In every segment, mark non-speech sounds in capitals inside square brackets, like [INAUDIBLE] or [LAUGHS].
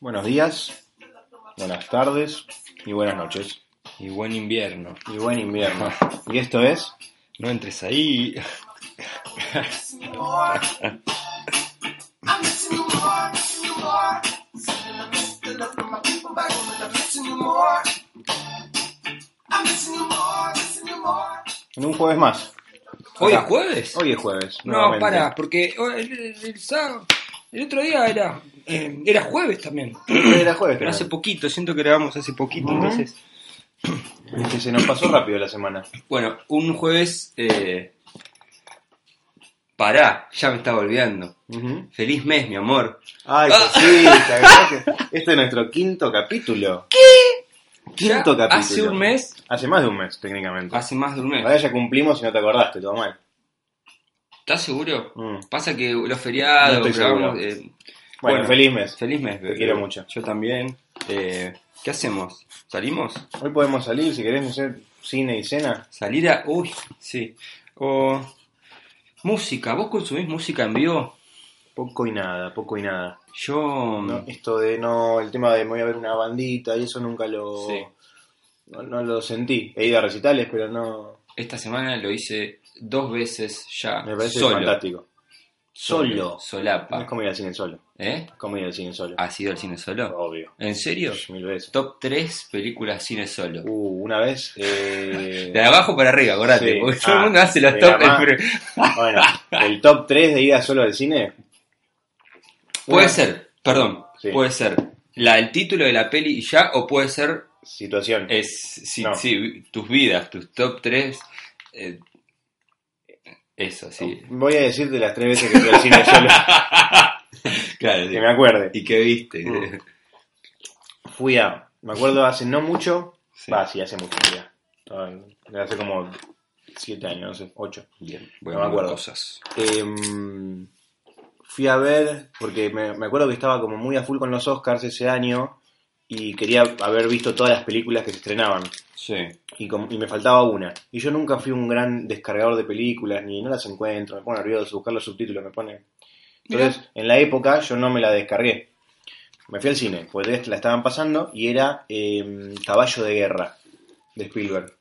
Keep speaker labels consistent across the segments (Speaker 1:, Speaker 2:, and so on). Speaker 1: Buenos días, buenas tardes y buenas noches.
Speaker 2: Y buen invierno.
Speaker 1: Y buen invierno. Y esto es.
Speaker 2: No entres ahí.
Speaker 1: En un jueves más.
Speaker 2: ¿Hoy es
Speaker 1: Acá.
Speaker 2: jueves?
Speaker 1: Hoy es jueves.
Speaker 2: no,
Speaker 1: nuevamente. [CLEARS THROAT]
Speaker 2: para, porque hoy- el, el- el sábado- el otro día era, eh, era jueves también.
Speaker 1: Era jueves,
Speaker 2: Pero
Speaker 1: pero
Speaker 2: hace poquito, siento que grabamos hace poquito,
Speaker 1: Ujú.
Speaker 2: entonces.
Speaker 1: es que se nos pasó rápido la semana.
Speaker 2: Bueno, un jueves. Eh, pará, ya me estaba olvidando.
Speaker 1: Ujú.
Speaker 2: Feliz mes, mi amor.
Speaker 1: Ay,
Speaker 2: Ah.
Speaker 1: cosita, gracias. Este es nuestro quinto capítulo. ¿Qué? Quinto
Speaker 2: Ya
Speaker 1: capítulo.
Speaker 2: Hace un mes,
Speaker 1: Hace más de un mes, técnicamente.
Speaker 2: hace más de un mes.
Speaker 1: Ahora ya cumplimos y no te acordaste, todo mal.
Speaker 2: ¿Estás seguro?
Speaker 1: Mm. Bueno,
Speaker 2: Pasa que los
Speaker 1: No
Speaker 2: feriados,
Speaker 1: estoy
Speaker 2: grabamos,
Speaker 1: seguro.
Speaker 2: eh, Bueno.
Speaker 1: feliz mes.
Speaker 2: Feliz mes, bebé.
Speaker 1: quiero mucho.
Speaker 2: Yo también. Eh, ¿Qué hacemos? ¿Salimos?
Speaker 1: Hoy podemos salir, si querés, no sé, cine y cena.
Speaker 2: ¿Salir a.? Uy, sí. O. Música. ¿Vos consumís música en vivo?
Speaker 1: Poco y nada, poco y nada.
Speaker 2: Yo.
Speaker 1: No, esto de no, el tema de me voy a ver una bandita y eso nunca lo.
Speaker 2: Sí.
Speaker 1: No, no lo sentí. He ido a recitales, pero no.
Speaker 2: Esta semana lo hice dos veces ya.
Speaker 1: Me parece
Speaker 2: Ah, solo. Ah.
Speaker 1: fantástico. Solo. No es
Speaker 2: Solapa.
Speaker 1: como ir al cine solo.
Speaker 2: ¿Eh?
Speaker 1: Es como ir al cine solo.
Speaker 2: ¿Has ido al cine solo?
Speaker 1: Obvio.
Speaker 2: ¿En serio?
Speaker 1: Mil veces.
Speaker 2: Top 3 películas cine solo.
Speaker 1: Uh, una vez. eh,
Speaker 2: [LAUGHS] De abajo para arriba, acordate.
Speaker 1: Sí.
Speaker 2: Porque todo
Speaker 1: Ah,
Speaker 2: el mundo hace los
Speaker 1: de
Speaker 2: top.
Speaker 1: la ma-
Speaker 2: pero-
Speaker 1: bueno, el top 3 de ir solo al cine.
Speaker 2: Puede
Speaker 1: Una
Speaker 2: ser, perdón.
Speaker 1: Sí.
Speaker 2: Puede ser la, el título de la peli y ya, o puede ser
Speaker 1: Situación.
Speaker 2: Es, sí,
Speaker 1: No.
Speaker 2: sí, tus vidas, tus top 3. eso, sí.
Speaker 1: Voy a decirte las tres veces que fui al cine solo.
Speaker 2: Claro, [LAUGHS] sí.
Speaker 1: que me acuerde.
Speaker 2: ¿Y qué viste?
Speaker 1: Mm. Fui a, me acuerdo hace no mucho,
Speaker 2: [LAUGHS] Sí.
Speaker 1: va, sí, hace mucho ya. Ay, Hace como 7 años, no sé, 8.
Speaker 2: Bien,
Speaker 1: No me
Speaker 2: bueno,
Speaker 1: acuerdo.
Speaker 2: cosas.
Speaker 1: Em, fui a ver, porque me, me acuerdo que estaba como muy a full con los Oscars ese año y quería haber visto todas las películas que se estrenaban
Speaker 2: Sí.
Speaker 1: y, com- y me faltaba una. Y yo nunca fui un gran descargador de películas, ni no las encuentro, me pone nervioso, buscar los subtítulos me pone... Entonces, en la época yo no me la descargué. Me fui al cine, porque la estaban pasando y era eh, Caballo de Guerra, de Spielberg.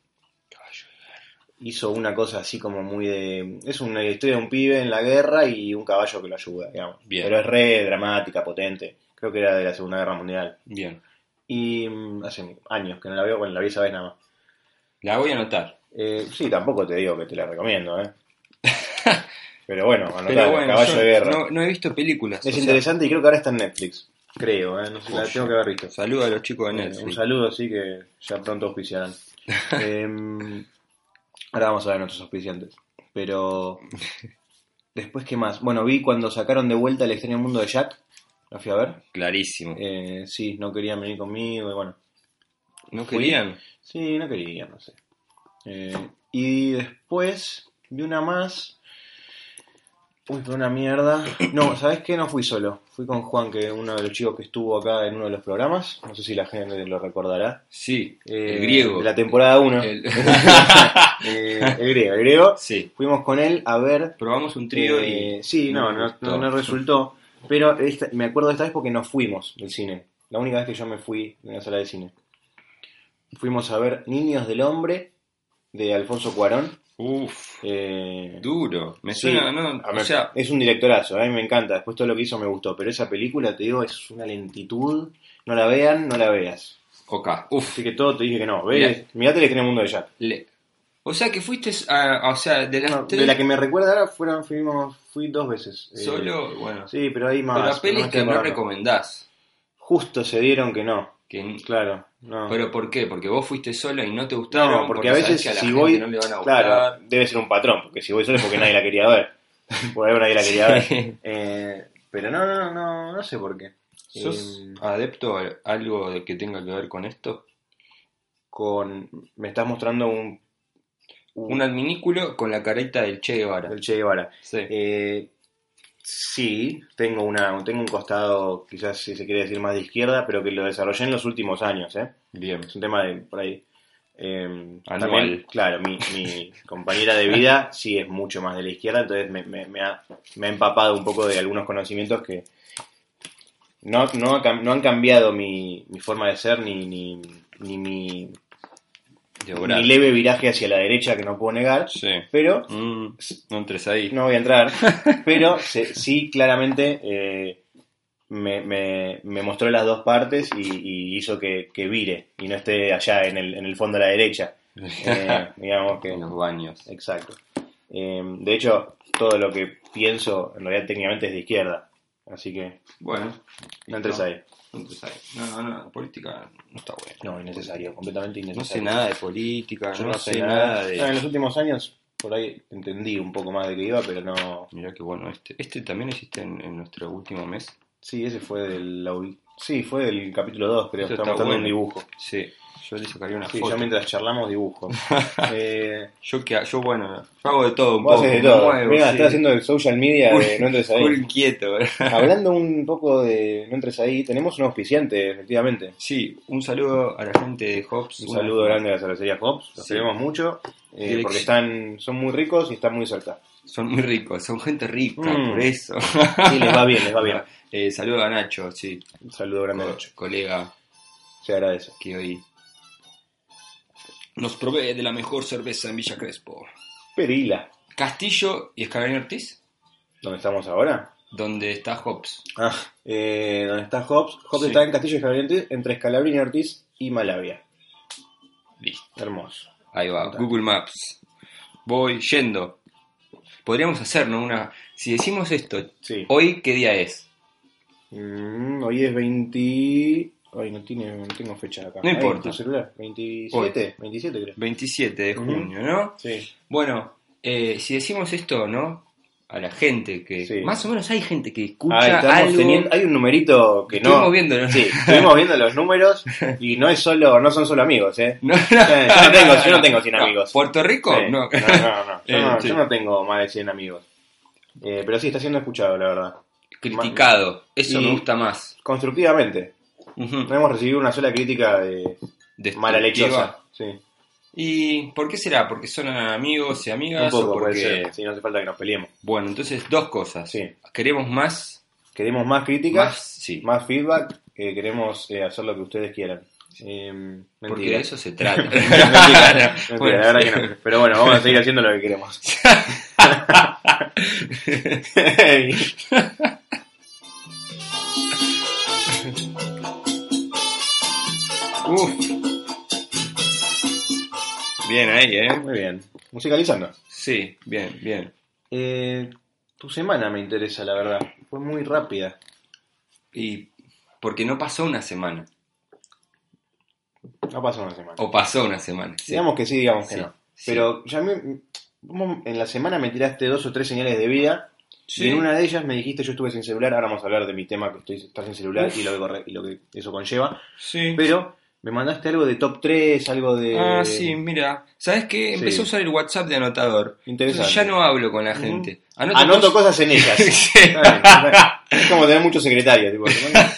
Speaker 1: Hizo una cosa así como muy de... Es una historia de un pibe en la guerra y un caballo que lo ayuda, digamos.
Speaker 2: Bien.
Speaker 1: Pero es re dramática, potente. Creo que era de la Segunda Guerra Mundial.
Speaker 2: Bien.
Speaker 1: Y mm, hace años que no la veo, bueno, la vi esa vez nada más.
Speaker 2: La voy a anotar.
Speaker 1: Eh, sí, tampoco te digo que te la recomiendo, [LAUGHS] ¿eh? Pero bueno, anotá,
Speaker 2: Pero bueno,
Speaker 1: Caballo
Speaker 2: yo
Speaker 1: de Guerra.
Speaker 2: No, no he visto películas. o
Speaker 1: es
Speaker 2: sea,
Speaker 1: interesante y creo que ahora está en Netflix. Creo, ¿eh? No sé, la
Speaker 2: Oye.
Speaker 1: tengo que haber visto.
Speaker 2: Saludo a los chicos de
Speaker 1: Eh, Un
Speaker 2: Netflix.
Speaker 1: saludo, sí, que ya pronto [LAUGHS] auspiciarán. Em, ahora vamos a ver nuestros auspiciantes. Pero... Después, ¿qué más? Bueno, vi cuando sacaron de vuelta el extraño mundo de Jack. La fui a ver.
Speaker 2: Clarísimo.
Speaker 1: Eh, sí, no querían venir conmigo y bueno.
Speaker 2: ¿No querían?
Speaker 1: Sí, no quería, no sé. Eh, y después vi una más. Uy, fue una mierda. No, ¿sabes qué? No fui solo. Fui con Juan, que es uno de los chicos que estuvo acá en uno de los programas. No sé si la gente lo recordará.
Speaker 2: Sí.
Speaker 1: Eh,
Speaker 2: el griego.
Speaker 1: De la temporada 1. [LAUGHS]
Speaker 2: El- [LAUGHS]
Speaker 1: el griego, el griego.
Speaker 2: sí.
Speaker 1: Fuimos con él a ver.
Speaker 2: Probamos un trío
Speaker 1: eh, Sí, no,
Speaker 2: no
Speaker 1: no,
Speaker 2: resultó.
Speaker 1: no resultó. Pero esta- me acuerdo de esta vez porque no fuimos del cine. La única vez que yo me fui de una sala de cine. Fuimos a ver Niños del Hombre de Alfonso Cuarón.
Speaker 2: y. Uf.
Speaker 1: eh,
Speaker 2: Duro. Me
Speaker 1: Sí.
Speaker 2: suena, ¿no?
Speaker 1: a ver,
Speaker 2: O sea,
Speaker 1: es un directorazo, a mí me encanta. Después todo lo que hizo me gustó. Pero esa película, te digo, es una lentitud. No la vean, no la veas.
Speaker 2: ok. Uf.
Speaker 1: Así que todo te dije que no. Ve, mirate el extremo mundo de Jack.
Speaker 2: Le- O sea que fuiste a, a- o sea, de las
Speaker 1: No,
Speaker 2: tres
Speaker 1: de la que me recuerda ahora fueron, fuimos, fui dos veces. eh,
Speaker 2: solo, bueno.
Speaker 1: Sí, pero hay más.
Speaker 2: pero a
Speaker 1: pero
Speaker 2: pelis
Speaker 1: me estoy
Speaker 2: que no
Speaker 1: acordando.
Speaker 2: recomendás.
Speaker 1: Justo se dieron que no.
Speaker 2: que n-
Speaker 1: Claro, no.
Speaker 2: pero ¿por qué? Porque vos fuiste solo y no
Speaker 1: Ah.
Speaker 2: te
Speaker 1: No,
Speaker 2: gustaron.
Speaker 1: porque, a veces
Speaker 2: sabés que la
Speaker 1: si
Speaker 2: gente
Speaker 1: voy.
Speaker 2: no le van a gustar.
Speaker 1: claro, debe ser un patrón, porque si voy solo es porque nadie la quería ver. Por ahí nadie la quería
Speaker 2: [LAUGHS]
Speaker 1: ver. Eh, pero no, no, no, no sé por qué.
Speaker 2: ¿Sos
Speaker 1: Eh,
Speaker 2: adepto a algo de que tenga que ver con esto?
Speaker 1: con. Me estás mostrando un. un-
Speaker 2: Un adminículo con la careta del Che Guevara.
Speaker 1: del Che Guevara.
Speaker 2: Sí.
Speaker 1: Eh, sí, tengo, una, tengo un costado, quizás si se quiere decir más de izquierda, pero que lo desarrollé en los últimos años, ¿eh?
Speaker 2: Bien.
Speaker 1: Es un tema de por ahí. eh,
Speaker 2: Anual.
Speaker 1: también, claro, mi, mi compañera de vida sí es mucho más de la izquierda, entonces me, me- me ha, me ha empapado un poco de algunos conocimientos que, No, no, ha cam- no han cambiado mi, mi forma de ser ni, ni, ni mi,
Speaker 2: De
Speaker 1: mi
Speaker 2: orar.
Speaker 1: leve viraje hacia la derecha que no puedo negar.
Speaker 2: Sí.
Speaker 1: Pero
Speaker 2: Mm, no entres [LAUGHS] ahí.
Speaker 1: no voy a entrar. pero se- sí, claramente eh, me, me- me mostró las dos partes y, y hizo que, que vire y no esté allá en el, en el fondo a la derecha. [LAUGHS] Eh, digamos que.
Speaker 2: En los baños.
Speaker 1: Exacto. Eh, de hecho, todo lo que pienso en realidad técnicamente es de izquierda. Así que
Speaker 2: Bueno.
Speaker 1: no entres ahí.
Speaker 2: No entres ahí. No, no, no, la política no está buena.
Speaker 1: No, innecesario, completamente
Speaker 2: No sé
Speaker 1: innecesario.
Speaker 2: nada de política,
Speaker 1: Yo
Speaker 2: no, sé nada
Speaker 1: No, Ah, en
Speaker 2: de...
Speaker 1: los últimos años por ahí entendí un poco más de qué iba, pero no.
Speaker 2: Mirá que bueno, este, este también existe en, en nuestro último mes.
Speaker 1: Sí, ese fue del. la ul- Sí, fue del capítulo 2, creo.
Speaker 2: Eso
Speaker 1: Estaba
Speaker 2: está
Speaker 1: mostrando un
Speaker 2: bueno.
Speaker 1: dibujo.
Speaker 2: Sí, yo le sacaría una
Speaker 1: Sí,
Speaker 2: foto.
Speaker 1: yo mientras charlamos [LAUGHS] dibujo. eh,
Speaker 2: Yo que yo bueno, yo hago de todo un
Speaker 1: vos
Speaker 2: poco,
Speaker 1: haces de
Speaker 2: me
Speaker 1: todo.
Speaker 2: muevo,
Speaker 1: Mira,
Speaker 2: sí.
Speaker 1: estás haciendo el social media de No entres
Speaker 2: Full
Speaker 1: ahí.
Speaker 2: inquieto. eh.
Speaker 1: Hablando un poco de No entres ahí, tenemos un auspiciante, efectivamente.
Speaker 2: Sí, un saludo a la gente de Hobbs.
Speaker 1: Un
Speaker 2: una-
Speaker 1: saludo grande a la cervecería Hobbs, los
Speaker 2: Sí.
Speaker 1: queremos mucho, eh,
Speaker 2: Direc-
Speaker 1: porque están, son muy ricos y están muy cerca.
Speaker 2: [LAUGHS] Son muy ricos, son gente rica,
Speaker 1: Mm.
Speaker 2: por eso.
Speaker 1: Y les va bien, les va bien.
Speaker 2: [LAUGHS] Eh, saludo a Nacho, sí,
Speaker 1: Un saludo grande a
Speaker 2: co-
Speaker 1: Nacho,
Speaker 2: colega
Speaker 1: se agradece.
Speaker 2: que hoy nos provee de la mejor cerveza en Villa Crespo.
Speaker 1: Perila,
Speaker 2: Castillo y Escaraña Ortiz,
Speaker 1: ¿dónde estamos ahora?
Speaker 2: donde está Hobbs.
Speaker 1: Ah, eh, ¿dónde está Hobbs? Hobbs
Speaker 2: Sí.
Speaker 1: está en Castillo de Javier Ortiz, entre Escalabrini Ortiz y Malavia.
Speaker 2: Listo.
Speaker 1: Hermoso.
Speaker 2: Ahí va,
Speaker 1: Está.
Speaker 2: Google Maps. Voy yendo. Podríamos hacernos una. Si decimos esto,
Speaker 1: Sí.
Speaker 2: ¿hoy qué día es?
Speaker 1: Mm, hoy es 20... Ay, no, tiene, no tengo fecha acá.
Speaker 2: No
Speaker 1: Ay,
Speaker 2: importa.
Speaker 1: ¿Tu celular? ¿27? 27 creo.
Speaker 2: 27 de
Speaker 1: Ujú.
Speaker 2: junio, ¿no?
Speaker 1: Sí.
Speaker 2: Bueno, eh, si decimos esto, ¿no? A la gente que.
Speaker 1: Sí.
Speaker 2: Más o menos hay gente que
Speaker 1: Ah,
Speaker 2: escucha
Speaker 1: estamos
Speaker 2: algo.
Speaker 1: teniendo- Hay un numerito que no...
Speaker 2: Estuvimos viéndolo.
Speaker 1: Sí, estuvimos viendo los números y no es solo, no son solo amigos, ¿eh?
Speaker 2: [LAUGHS] No, no,
Speaker 1: Eh, yo no tengo- yo no tengo cien amigos.
Speaker 2: ¿Puerto Rico?
Speaker 1: Sí. no, no.
Speaker 2: No.
Speaker 1: Yo,
Speaker 2: [LAUGHS] Eh,
Speaker 1: no,
Speaker 2: sí.
Speaker 1: yo no tengo más de 100 amigos. Eh, pero sí, está siendo escuchado, la verdad.
Speaker 2: Criticado. Eso
Speaker 1: Y-
Speaker 2: me gusta más.
Speaker 1: Constructivamente.
Speaker 2: Ujú.
Speaker 1: No hemos recibido una sola crítica de mala
Speaker 2: Destructiva.
Speaker 1: lechosa. Sí,
Speaker 2: ¿Y por qué será? ¿Porque son amigos y
Speaker 1: un
Speaker 2: amigas?
Speaker 1: poco
Speaker 2: o
Speaker 1: puede
Speaker 2: porque...
Speaker 1: ser. Sí, no hace falta que nos peleemos.
Speaker 2: Bueno, entonces dos cosas.
Speaker 1: Sí.
Speaker 2: Queremos más,
Speaker 1: Queremos más
Speaker 2: más,
Speaker 1: críticas,
Speaker 2: sí.
Speaker 1: más, feedback, eh, queremos eh, hacer lo que ustedes quieran. Eh, mentira.
Speaker 2: porque de eso se
Speaker 1: [LAUGHS]
Speaker 2: trata. [LAUGHS]
Speaker 1: mentira, mentira,
Speaker 2: Bueno,
Speaker 1: la verdad
Speaker 2: [LAUGHS]
Speaker 1: que no. Pero bueno, vamos a seguir haciendo lo que queremos. [LAUGHS]
Speaker 2: Uf. Bien ahí, ¿eh?
Speaker 1: Muy bien. Musicalizando.
Speaker 2: Sí, bien, bien.
Speaker 1: Eh, tu semana me interesa, la verdad. Fue muy rápida.
Speaker 2: Y porque no pasó una semana.
Speaker 1: No pasó una semana.
Speaker 2: O pasó una semana. Oh, sí.
Speaker 1: Digamos que sí, digamos que
Speaker 2: Sí,
Speaker 1: no.
Speaker 2: sí.
Speaker 1: Pero ya me, vos en la semana me tiraste dos o tres señales de vida.
Speaker 2: Sí.
Speaker 1: Y en una de ellas me dijiste yo estuve sin celular. Ahora vamos a hablar de mi tema que estoy estar sin celular y lo, que, corre- y lo que eso conlleva.
Speaker 2: Sí.
Speaker 1: Pero me mandaste algo de top 3, algo de...
Speaker 2: Ah, sí, mira. ¿Sabes qué? Empecé
Speaker 1: eh, Sí.
Speaker 2: a usar el WhatsApp de anotador.
Speaker 1: Interesante.
Speaker 2: Entonces ya no hablo con la gente. Anoto
Speaker 1: Anoto
Speaker 2: cosas-
Speaker 1: cosas en ellas.
Speaker 2: [LAUGHS] Sí.
Speaker 1: Está bien, está bien. es como tener muchos secretarios. tipo, te mandan-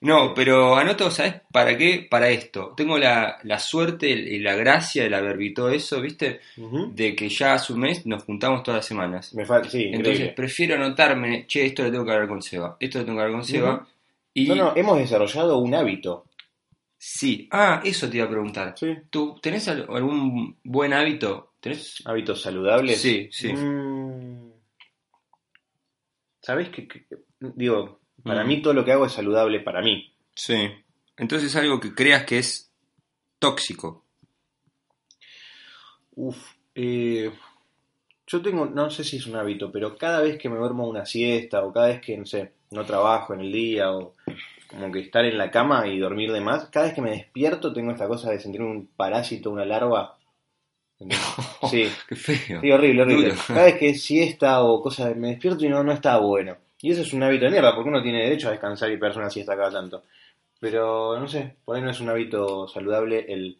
Speaker 2: No, pero anoto, ¿sabes para qué? Para esto. Tengo la, la suerte y la gracia, el haber vi todo eso, ¿viste? [LAUGHS]
Speaker 1: Ujú.
Speaker 2: De que ya hace un mes nos juntamos todas las semanas.
Speaker 1: Me falta, sí,
Speaker 2: Entonces
Speaker 1: increíble.
Speaker 2: prefiero anotarme, che, esto lo tengo que hablar con Seba, esto lo tengo que hablar con Seba.
Speaker 1: Ujú.
Speaker 2: Y
Speaker 1: No, no, hemos desarrollado un hábito.
Speaker 2: sí, ah, eso te iba a preguntar.
Speaker 1: Sí.
Speaker 2: ¿Tú tenés al- algún buen hábito? ¿Tenés?
Speaker 1: Hábitos saludables.
Speaker 2: Sí, sí.
Speaker 1: Mm. ¿Sabés qué? qué- qué? Digo, para
Speaker 2: Mm.
Speaker 1: mí todo lo que hago es saludable para mí.
Speaker 2: Sí. Entonces algo que creas que es tóxico. [LAUGHS]
Speaker 1: Uf, eh, yo tengo, no sé si es un hábito, pero cada vez que me duermo una siesta o cada vez que, no sé, no trabajo en el día o como que estar en la cama y dormir de más, cada vez que me despierto tengo esta cosa de sentirme un parásito, una
Speaker 2: [LAUGHS]
Speaker 1: larva. ¿Entendés? Sí.
Speaker 2: Qué feo.
Speaker 1: Sí, horrible, horrible.
Speaker 2: Duro.
Speaker 1: Cada vez que es siesta o cosas, me despierto y no, no está bueno. Y eso es un hábito de mierda, porque uno tiene derecho a descansar y pegarse una siesta cada tanto. Pero, no sé, por ahí no es un hábito saludable el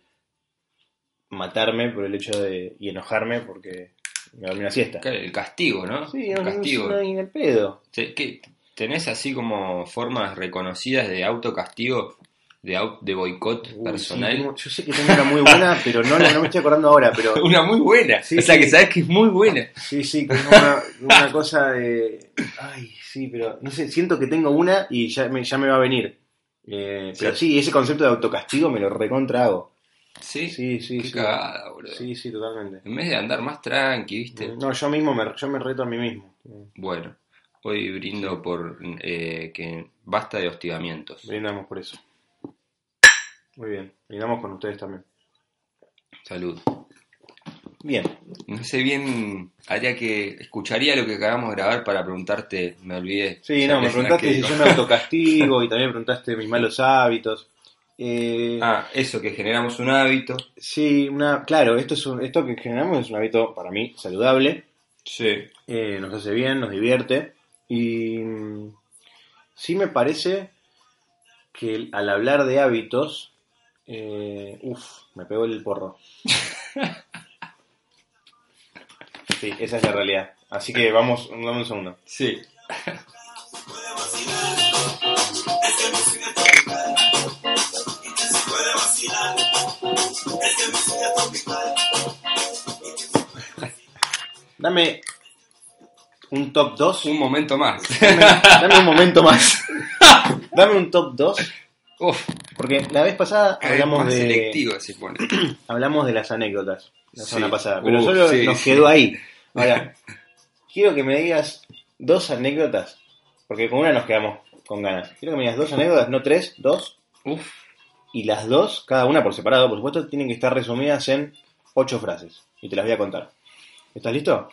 Speaker 1: matarme por el hecho de... y enojarme porque me dormí una siesta.
Speaker 2: Claro, el castigo, ¿no?
Speaker 1: Sí,
Speaker 2: el
Speaker 1: no,
Speaker 2: castigo.
Speaker 1: no hay en el pedo.
Speaker 2: Te- ¿qué? ¿Tenés así como formas reconocidas de autocastigo? de, au- de boicot
Speaker 1: Uy, sí,
Speaker 2: personal.
Speaker 1: tengo- yo sé que tengo una muy buena, pero no, no me estoy acordando ahora, pero
Speaker 2: [LAUGHS] Una muy buena.
Speaker 1: Sí,
Speaker 2: o sea,
Speaker 1: sí.
Speaker 2: que sabes que es muy buena.
Speaker 1: sí, sí, tengo una,
Speaker 2: [LAUGHS]
Speaker 1: una cosa de... Ay, sí, pero no sé, siento que tengo una y ya me, ya me va a venir. Eh, pero
Speaker 2: Sí.
Speaker 1: sí, ese concepto de autocastigo me lo recontra hago.
Speaker 2: Sí,
Speaker 1: Sí, sí,
Speaker 2: qué
Speaker 1: sí.
Speaker 2: cagada, boludo.
Speaker 1: Sí, sí, totalmente. Eh,
Speaker 2: En vez de andar más tranqui, ¿viste?
Speaker 1: No, yo mismo me, yo me reto a mí mismo. Eh,
Speaker 2: Bueno, hoy brindo por eh, que basta de hostigamientos.
Speaker 1: Brindamos por eso. Muy bien, brindamos con ustedes también.
Speaker 2: Salud.
Speaker 1: Bien,
Speaker 2: No sé bien, haría que escucharía lo que acabamos de grabar para preguntarte, me olvidé.
Speaker 1: sí,
Speaker 2: Ya
Speaker 1: no, me
Speaker 2: que es una
Speaker 1: preguntaste si
Speaker 2: que-
Speaker 1: yo me
Speaker 2: [LAUGHS]
Speaker 1: autocastigo y también me preguntaste mis malos hábitos. Eh,
Speaker 2: Ah, eso, que generamos un hábito.
Speaker 1: Sí, una, claro, esto, es un- esto que generamos es un hábito para mí saludable,
Speaker 2: Sí.
Speaker 1: eh, nos hace bien, nos divierte y mm, sí me parece que el- al hablar de hábitos, eh, uff, me pegó el porro. [LAUGHS] Sí, esa es la realidad. Así que vamos, dame un segundo.
Speaker 2: Sí.
Speaker 1: Dame un top 2.
Speaker 2: Un momento
Speaker 1: [LAUGHS]
Speaker 2: más.
Speaker 1: Dame un momento más. [LAUGHS] Dame un top 2.
Speaker 2: Uf,
Speaker 1: Porque la vez pasada
Speaker 2: cada vez
Speaker 1: hablamos
Speaker 2: más
Speaker 1: de...
Speaker 2: selectivo se pone.
Speaker 1: Hablamos de las anécdotas la
Speaker 2: Sí.
Speaker 1: semana pasada, pero
Speaker 2: Uh,
Speaker 1: solo
Speaker 2: sí,
Speaker 1: nos
Speaker 2: sí.
Speaker 1: quedó ahí.
Speaker 2: [LAUGHS]
Speaker 1: Ahora, quiero que me digas dos anécdotas, porque con una nos quedamos con ganas. Quiero que me digas dos anécdotas, no tres, dos,
Speaker 2: [CLEARS THROAT] Uf,
Speaker 1: y las dos, cada una por separado, por supuesto, tienen que estar resumidas en ocho frases, y te las voy a contar. ¿Estás listo?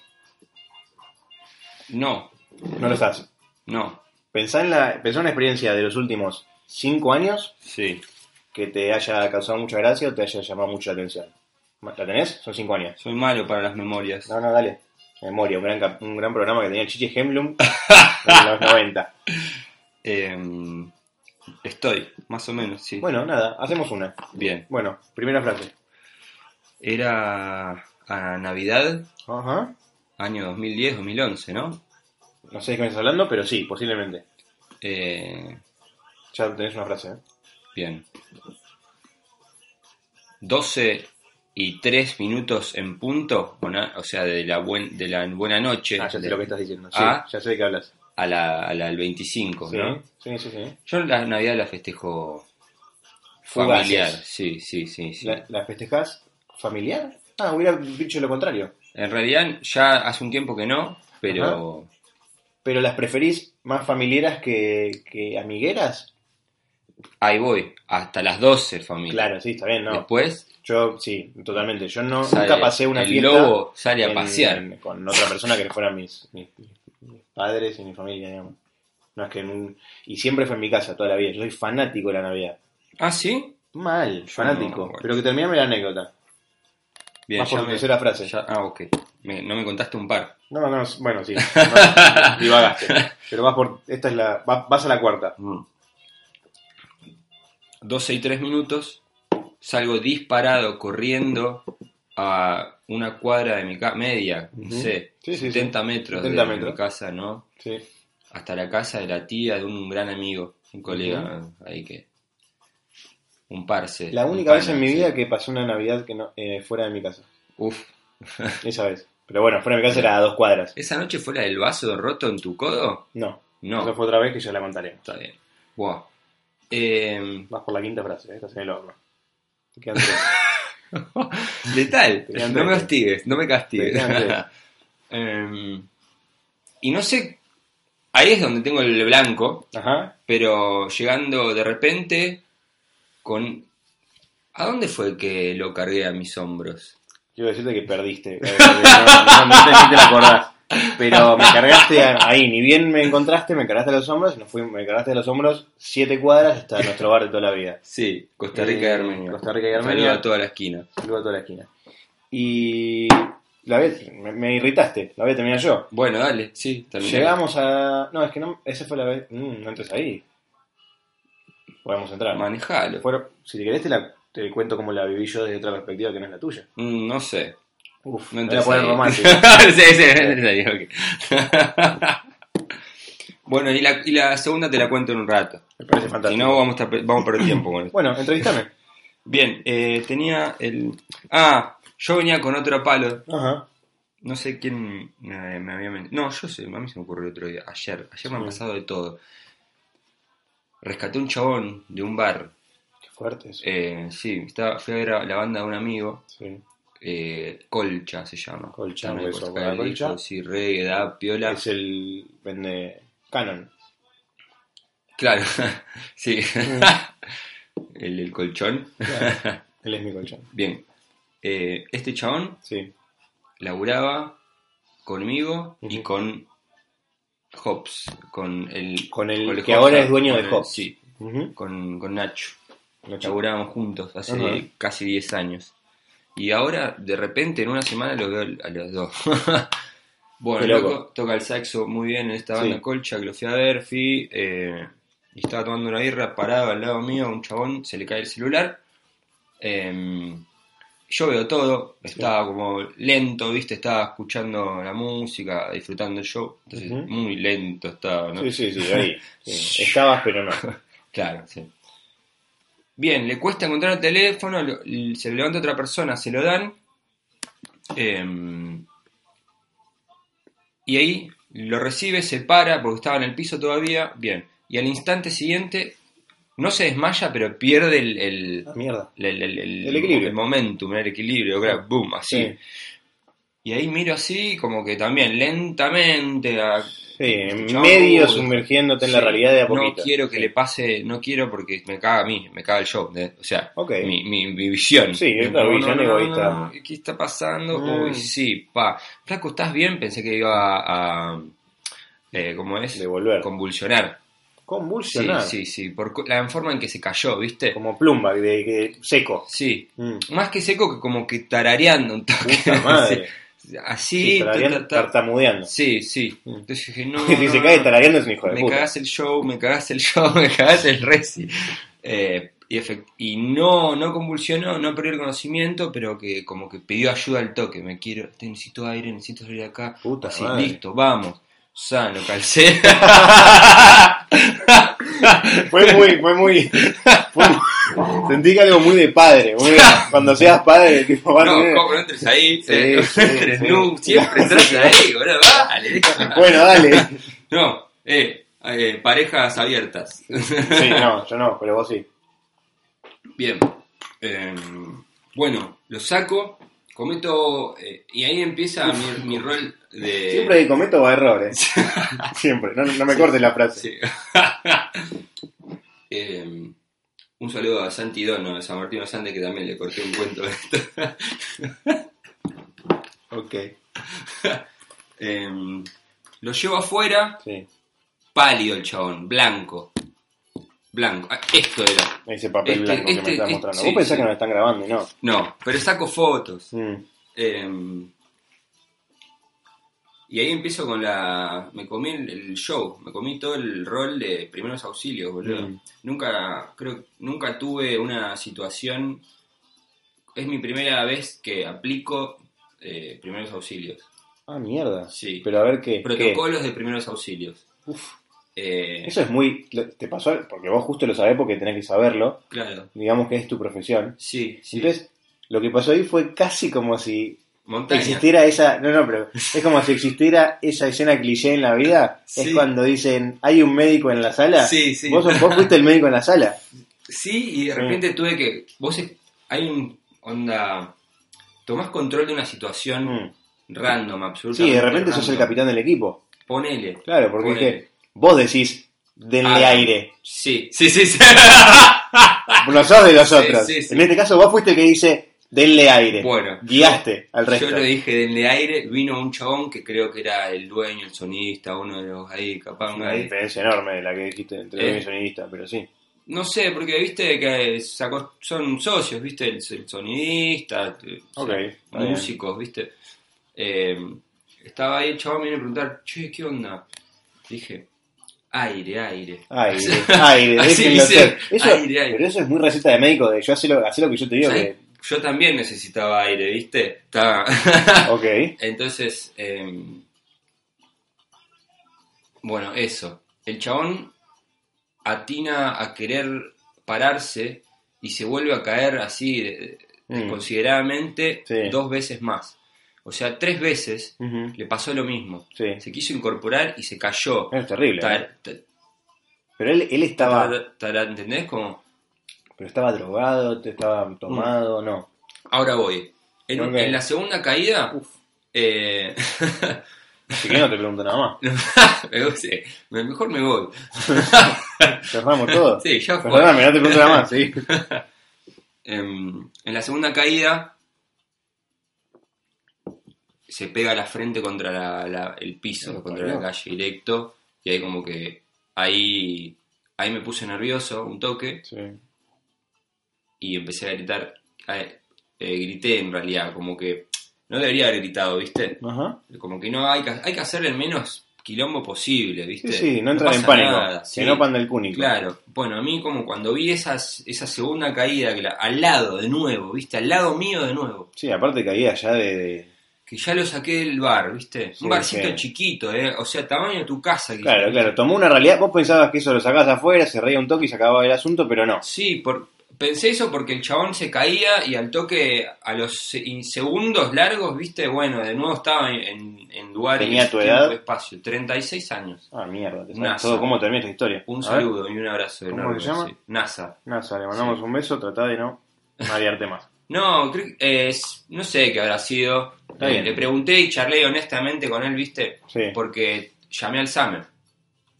Speaker 2: no,
Speaker 1: No lo estás.
Speaker 2: no.
Speaker 1: Pensá en, la, pensá en una experiencia de los últimos cinco años
Speaker 2: Sí,
Speaker 1: que te haya causado mucha gracia o te haya llamado mucho la atención. ¿La tenés? Son cinco años.
Speaker 2: soy malo para las memorias.
Speaker 1: No, no, dale. Memoria, un gran, cap- un gran programa que tenía Chiche
Speaker 2: [LAUGHS]
Speaker 1: Hemblum en los 90.
Speaker 2: Em, estoy, más o menos, sí.
Speaker 1: Bueno, nada, hacemos una.
Speaker 2: Bien.
Speaker 1: Bueno, primera frase.
Speaker 2: Era a Navidad,
Speaker 1: Ajá.
Speaker 2: año 2010, 2011, ¿no?
Speaker 1: No sé de qué me estás hablando, pero sí, posiblemente.
Speaker 2: Eh,
Speaker 1: Ya tenés una frase, ¿eh?
Speaker 2: bien. 12 y 3 minutos en punto, bueno, o sea, de la, buen- de la buena noche
Speaker 1: Ah, ya sé
Speaker 2: de-
Speaker 1: lo que estás diciendo. Sí,
Speaker 2: Ah.
Speaker 1: ya sé de qué hablas.
Speaker 2: a la, a la- al 25,
Speaker 1: Sí,
Speaker 2: ¿no?
Speaker 1: sí, sí. sí.
Speaker 2: Yo la Navidad la festejo
Speaker 1: Fugaces.
Speaker 2: familiar, sí, sí, sí, sí.
Speaker 1: ¿La, la festejás familiar? Ah, hubiera dicho lo contrario.
Speaker 2: En realidad ya hace un tiempo que no, pero
Speaker 1: ¿Pero las preferís más familiares que, que amigueras?
Speaker 2: ahí voy, hasta las 12 familia.
Speaker 1: Claro, sí, está bien, no.
Speaker 2: Después
Speaker 1: Yo, sí, totalmente. Yo no,
Speaker 2: sale-
Speaker 1: nunca pasé una
Speaker 2: el
Speaker 1: fiesta...
Speaker 2: lobo sale a
Speaker 1: en-
Speaker 2: pasear.
Speaker 1: en- con otra persona que fueran mis, mis- mis padres y mi familia, digamos. No es que en un- y siempre fue en mi casa toda la vida. Yo soy fanático de la Navidad.
Speaker 2: Ah, sí.
Speaker 1: Mal, fanático.
Speaker 2: no, bueno.
Speaker 1: Pero que terminame la anécdota.
Speaker 2: Bien,
Speaker 1: Más por
Speaker 2: ya
Speaker 1: tu
Speaker 2: me-
Speaker 1: tercera frase.
Speaker 2: ya- ah, ok. Me- no me contaste un par.
Speaker 1: No, no, s- bueno,
Speaker 2: [LAUGHS]
Speaker 1: sí. No, divagaste. Pero vas por esta es la va- vas a la cuarta.
Speaker 2: 12 y 3 minutos, salgo disparado corriendo a una cuadra de mi casa, media, no
Speaker 1: Ujú.
Speaker 2: sé,
Speaker 1: Sí, sí, sí.
Speaker 2: 70 metros
Speaker 1: 70
Speaker 2: de
Speaker 1: metros.
Speaker 2: mi casa, ¿no?
Speaker 1: Sí.
Speaker 2: Hasta la casa de la tía de un gran amigo, un colega ahí que... Un parce.
Speaker 1: La
Speaker 2: un
Speaker 1: única vez
Speaker 2: pana,
Speaker 1: en mi
Speaker 2: sí.
Speaker 1: vida que pasé una Navidad que no eh, fuera de mi casa.
Speaker 2: Uf,
Speaker 1: Esa vez. Pero bueno, fuera de mi casa era a dos cuadras.
Speaker 2: ¿esa noche fue la del vaso roto en tu codo?
Speaker 1: No.
Speaker 2: No,
Speaker 1: Esa fue otra vez que ya la contaré.
Speaker 2: está bien. Buah. Eh,
Speaker 1: Vas por la quinta frase, ¿eh? estás en el horno. Te quedan tres.
Speaker 2: Letal. [LAUGHS]
Speaker 1: Te quedan
Speaker 2: No me
Speaker 1: tres.
Speaker 2: hostigues, no me
Speaker 1: Te
Speaker 2: castigues.
Speaker 1: quedan tres.
Speaker 2: [LAUGHS] Em, y no sé, ahí es donde tengo el blanco,
Speaker 1: Ajá.
Speaker 2: pero llegando de repente con... ¿A dónde fue que lo cargué a mis hombros?
Speaker 1: Quiero decirte que perdiste. [LAUGHS] eh, No, no, no te, no te la acordás. Pero me cargaste a- ahí, ni bien me encontraste, me cargaste a los hombros, y nos fuimos, me cargaste a los hombros siete cuadras hasta nuestro bar de toda la vida.
Speaker 2: Sí, Costa Rica y
Speaker 1: Eh,
Speaker 2: Armenia.
Speaker 1: Costa Rica y
Speaker 2: Saludo
Speaker 1: Armenia.
Speaker 2: a toda la esquina.
Speaker 1: Saludo a toda la esquina. Y la vez, me, me irritaste, la vez terminé yo.
Speaker 2: Bueno, dale, sí, terminé.
Speaker 1: Llegamos a... No, es que no, esa fue la vez... mm, no entres ahí. Podemos entrar.
Speaker 2: Manejalo.
Speaker 1: Fueron- si te querés te, la- te cuento cómo la viví yo desde otra perspectiva que no es la tuya.
Speaker 2: Mm, no sé.
Speaker 1: Uf,
Speaker 2: No [LAUGHS]
Speaker 1: me voy a poner
Speaker 2: ahí.
Speaker 1: romántico.
Speaker 2: Sí, sí, no entres ahí, ok. [LAUGHS] Bueno, y la, y la segunda te la cuento en un rato.
Speaker 1: Me parece
Speaker 2: [LAUGHS] Si
Speaker 1: fantástico.
Speaker 2: no, vamos a, estar- vamos a perder tiempo con esto.
Speaker 1: Bueno, entrevistame.
Speaker 2: Bien, eh, tenía el... Ah, yo venía con otro palo.
Speaker 1: Ajá.
Speaker 2: No sé quién me, me había men- No, yo sé, a mí se me ocurrió el otro día. Ayer, ayer me han
Speaker 1: Sí.
Speaker 2: pasado de todo. Rescaté un chabón de un bar.
Speaker 1: Qué fuerte eso.
Speaker 2: Eh, sí, estaba, fui a ver a la banda de un amigo.
Speaker 1: Sí.
Speaker 2: eh, Colcha se llama.
Speaker 1: Colcha,
Speaker 2: Está en el
Speaker 1: hueso,
Speaker 2: portal
Speaker 1: ¿verdad,
Speaker 2: del disco,
Speaker 1: Colcha?
Speaker 2: Sí, reggae, da, piola.
Speaker 1: Es el. Vende.
Speaker 2: [LAUGHS]
Speaker 1: Canon.
Speaker 2: Claro, [LAUGHS] sí.
Speaker 1: Mm.
Speaker 2: el, el colchón.
Speaker 1: Claro. Él es mi colchón.
Speaker 2: Bien. Eh, este chabón
Speaker 1: Sí.
Speaker 2: laburaba conmigo y
Speaker 1: Ujú.
Speaker 2: con Hobbs, con el...
Speaker 1: Con el que
Speaker 2: Hobbs,
Speaker 1: ahora es dueño
Speaker 2: con
Speaker 1: de
Speaker 2: el-
Speaker 1: Hobbs.
Speaker 2: Sí,
Speaker 1: Ujú.
Speaker 2: con, con Nacho.
Speaker 1: Lo chau-
Speaker 2: Laburábamos juntos hace
Speaker 1: Ajá.
Speaker 2: casi 10 años. Y ahora, de repente, en una semana los veo a los dos. [LAUGHS] bueno,
Speaker 1: Qué
Speaker 2: el
Speaker 1: loco.
Speaker 2: loco toca el saxo muy bien en esta
Speaker 1: Sí.
Speaker 2: banda colcha que lo fui a ver, fui, eh, y estaba tomando una birra, parado al lado mío, un chabón, se le cae el celular. eh, yo veo todo, estaba como lento, viste, estaba escuchando la música, disfrutando el show, entonces
Speaker 1: Ujú.
Speaker 2: muy lento estaba, ¿no?
Speaker 1: Sí, sí, sí,
Speaker 2: [LAUGHS]
Speaker 1: ahí. Sí. Estabas, pero no.
Speaker 2: Claro, sí. Bien, le cuesta encontrar el teléfono, lo- l- se levanta otra persona, se lo dan. em, y ahí lo recibe, se para, porque estaba en el piso todavía. Bien, y al instante siguiente, no se desmaya, pero pierde el, el,
Speaker 1: Ah, mierda.
Speaker 2: el- el- el-
Speaker 1: El equilibrio.
Speaker 2: el momentum, el equilibrio, claro, boom, así.
Speaker 1: Sí.
Speaker 2: Y ahí miro así, como que también lentamente, a-
Speaker 1: Sí, en
Speaker 2: Chabón,
Speaker 1: medio
Speaker 2: uh,
Speaker 1: sumergiéndote en la
Speaker 2: Sí,
Speaker 1: realidad de a poquito.
Speaker 2: No quiero que
Speaker 1: Sí.
Speaker 2: le pase, no quiero porque me caga a mí, me caga el show. ¿eh? O sea,
Speaker 1: Ok.
Speaker 2: mi, mi, mi visión.
Speaker 1: Sí, es la visión egoísta.
Speaker 2: ¿Qué está pasando?
Speaker 1: Mm.
Speaker 2: Uy, sí, pa. Flaco, ¿estás bien? Pensé que iba a. a, eh, ¿Cómo es?
Speaker 1: Devolver.
Speaker 2: Convulsionar. Sí,
Speaker 1: Convulsionar.
Speaker 2: sí, sí. Por cu- la forma en que se cayó, ¿viste?
Speaker 1: Como plumba, de, que seco.
Speaker 2: Sí.
Speaker 1: Mm.
Speaker 2: Más que seco que como que tarareando un toque.
Speaker 1: Puta madre.
Speaker 2: [LAUGHS] Sí.
Speaker 1: Sí,
Speaker 2: Así.
Speaker 1: tarareando,
Speaker 2: ta, ta, ta.
Speaker 1: tartamudeando.
Speaker 2: Sí, sí.
Speaker 1: Mm.
Speaker 2: Entonces
Speaker 1: [LAUGHS]
Speaker 2: dije, no.
Speaker 1: si
Speaker 2: no,
Speaker 1: se cae
Speaker 2: no.
Speaker 1: tarareando es un hijo de
Speaker 2: me
Speaker 1: puta.
Speaker 2: cagás el show, me cagás el show, [LAUGHS] me cagás el reci. Eh, y, efect- y no, no convulsionó, no perdió el conocimiento, pero que como que pidió ayuda al toque. Me quiero, te necesito aire, necesito salir de acá.
Speaker 1: Puta
Speaker 2: Así,
Speaker 1: madre.
Speaker 2: listo, vamos. Sano,
Speaker 1: [LAUGHS]
Speaker 2: calcé. [LAUGHS]
Speaker 1: Fue muy, fue muy, fue muy- Sentí que algo muy de padre. muy de- cuando seas padre, tipo, va a
Speaker 2: no,
Speaker 1: tener-
Speaker 2: ¿cómo no entres ahí?
Speaker 1: Sí,
Speaker 2: Eh,
Speaker 1: sí,
Speaker 2: no entres
Speaker 1: sí.
Speaker 2: nunca, siempre entras ahí, boludo,
Speaker 1: [LAUGHS]
Speaker 2: vale.
Speaker 1: Bueno, dale.
Speaker 2: No, eh, eh, parejas abiertas.
Speaker 1: Sí, no, yo no, pero vos sí.
Speaker 2: Bien. Eh, bueno, lo saco, cometo. eh, y ahí empieza mi, mi rol de.
Speaker 1: Siempre que cometo errores. eh. Siempre. No, no me cortes la frase.
Speaker 2: Eh. Sí. [LAUGHS] Eh, un saludo a Santi Dono, de San Martín Osante, que también le corté un cuento de esto.
Speaker 1: Ok.
Speaker 2: Eh, lo llevo afuera,
Speaker 1: Sí.
Speaker 2: pálido el chabón, blanco. Blanco. Ah, Esto era.
Speaker 1: Ese papel
Speaker 2: Este-
Speaker 1: blanco que
Speaker 2: este-
Speaker 1: me estás
Speaker 2: este-
Speaker 1: mostrando.
Speaker 2: sí,
Speaker 1: vos pensás
Speaker 2: sí.
Speaker 1: que nos están grabando, y ¿no?
Speaker 2: No, pero saco fotos.
Speaker 1: Mm.
Speaker 2: Eh, y ahí empiezo con la. Me comí el, el show, me comí todo el rol de primeros auxilios, boludo.
Speaker 1: Mm.
Speaker 2: Nunca, creo, nunca tuve una situación. Es mi primera vez que aplico eh, primeros auxilios.
Speaker 1: Ah, mierda.
Speaker 2: Sí.
Speaker 1: Pero a ver qué. qué.
Speaker 2: Protocolos de primeros auxilios.
Speaker 1: Uf.
Speaker 2: Eh,
Speaker 1: Eso es muy. lo- Te pasó, porque vos justo lo sabés porque tenés que saberlo.
Speaker 2: Claro,
Speaker 1: Digamos que es tu profesión.
Speaker 2: sí, sí.
Speaker 1: Entonces, lo que pasó ahí fue casi como si
Speaker 2: Montaña.
Speaker 1: existiera esa. No, no, pero es como si existiera esa escena cliché en la vida.
Speaker 2: Sí.
Speaker 1: Es cuando dicen, hay un médico en la sala.
Speaker 2: Sí, sí.
Speaker 1: Vos, sos- vos fuiste el médico en la sala.
Speaker 2: Sí, y de repente tuve que. Vos. es- Hay un. Onda. Tomás control de una situación.
Speaker 1: Mm.
Speaker 2: Random, absolutamente.
Speaker 1: Sí, de repente sos el
Speaker 2: random.
Speaker 1: capitán del equipo.
Speaker 2: Ponele.
Speaker 1: Claro, porque
Speaker 2: Ponele.
Speaker 1: dije, vos decís, denle
Speaker 2: Ah.
Speaker 1: aire.
Speaker 2: Sí, sí, sí. sí.
Speaker 1: No sos de los
Speaker 2: Sí,
Speaker 1: otros.
Speaker 2: sí, sí.
Speaker 1: En este caso, vos fuiste el que dice, denle aire.
Speaker 2: [LAUGHS] Bueno,
Speaker 1: Guiaste al resto.
Speaker 2: Yo lo dije denle aire, vino un chabón que creo que era el dueño, el sonista, uno de los ahí, capaz.
Speaker 1: Una
Speaker 2: ahí.
Speaker 1: diferencia enorme de la que dijiste entre
Speaker 2: Eh.
Speaker 1: dueño y sonidista, pero sí.
Speaker 2: No sé, porque viste que sacó- son socios, viste, el, el sonidista, eh,
Speaker 1: Ok, está bien.
Speaker 2: músicos, viste. Eh, estaba ahí el chabón, me viene a preguntar, che, ¿qué onda? Dije, aire, aire. [LAUGHS]
Speaker 1: Aire, aire,
Speaker 2: Así
Speaker 1: déjenlo
Speaker 2: dice,
Speaker 1: ser. Eso,
Speaker 2: aire, aire.
Speaker 1: Pero eso es muy receta de médico, de yo hacé lo, hacé lo que yo te digo.
Speaker 2: ¿Sabés?
Speaker 1: Que,
Speaker 2: Yo también necesitaba aire, ¿viste? Estaba...
Speaker 1: ok,
Speaker 2: [LAUGHS] Entonces, eh, em, bueno, eso. el chabón atina a querer pararse y se vuelve a caer así de-
Speaker 1: Mm.
Speaker 2: desconsideradamente
Speaker 1: Sí.
Speaker 2: dos veces más. O sea, tres veces
Speaker 1: Ujú.
Speaker 2: le pasó lo mismo.
Speaker 1: Sí.
Speaker 2: Se quiso incorporar y se cayó.
Speaker 1: Es terrible. ¿no?
Speaker 2: Tar- tar-
Speaker 1: Pero él, él ¿eh? estaba.
Speaker 2: tar- tar- ¿Entendés? Como,
Speaker 1: Pero estaba drogado, te estaba tomado,
Speaker 2: Mm.
Speaker 1: no.
Speaker 2: ahora voy. En,
Speaker 1: Ok.
Speaker 2: en la segunda caída, eh, [LAUGHS]
Speaker 1: Así que no te pregunto nada más.
Speaker 2: me voy, sí, me- mejor me voy.
Speaker 1: Cerramos todo.
Speaker 2: [LAUGHS] Sí, ya fue.
Speaker 1: Perdóname, no te pregunto nada más, sí.
Speaker 2: Em, en la segunda caída se pega la frente contra la- la- el piso,
Speaker 1: Claro,
Speaker 2: contra
Speaker 1: claro.
Speaker 2: la calle directo, y ahí como que ahí, ahí me puse nervioso un toque
Speaker 1: Sí.
Speaker 2: y empecé a gritar, a- eh, grité en realidad, como que no debería haber gritado, ¿viste?
Speaker 1: Ajá.
Speaker 2: Como que no, hay que, hay que hacer el menos quilombo posible, ¿viste?
Speaker 1: Sí, sí, no entran en
Speaker 2: pasa
Speaker 1: pánico.
Speaker 2: nada,
Speaker 1: Que
Speaker 2: sí.
Speaker 1: no panda el cúnico.
Speaker 2: Claro, bueno, a mí como cuando vi esas, esa segunda caída, que la- al lado de nuevo, ¿viste? Al lado mío de nuevo,
Speaker 1: Sí, aparte caía ya de. de-
Speaker 2: que ya lo saqué del bar, ¿viste? Un
Speaker 1: Sí,
Speaker 2: barcito
Speaker 1: sí.
Speaker 2: chiquito, ¿eh? O sea, tamaño de tu casa. quizás.
Speaker 1: Claro, claro. Tomó una realidad. Vos pensabas que eso lo sacabas afuera, se reía un toque y se acababa el asunto, pero no.
Speaker 2: Sí, por, pensé eso porque el chabón se caía y al toque, a los se- in- segundos largos, ¿viste? Bueno, de nuevo estaba en, en, en lugares,
Speaker 1: ¿Tenía tu
Speaker 2: tiempo,
Speaker 1: edad?
Speaker 2: espacio, 36 años.
Speaker 1: Ah, mierda. Te
Speaker 2: Nasa.
Speaker 1: sabes todo cómo termina esta historia.
Speaker 2: Un
Speaker 1: A
Speaker 2: saludo y un abrazo
Speaker 1: ¿Cómo
Speaker 2: enorme,
Speaker 1: se llama?
Speaker 2: sí. NASA.
Speaker 1: ver. Nasa, le mandamos un beso. Tratá de no marearte
Speaker 2: [LAUGHS]
Speaker 1: más.
Speaker 2: No, creo, que- eh, es- no sé qué habrá sido.
Speaker 1: Está
Speaker 2: Eh,
Speaker 1: bien.
Speaker 2: Le pregunté y charlé honestamente con él, ¿viste?
Speaker 1: Sí.
Speaker 2: Porque llamé al SAME.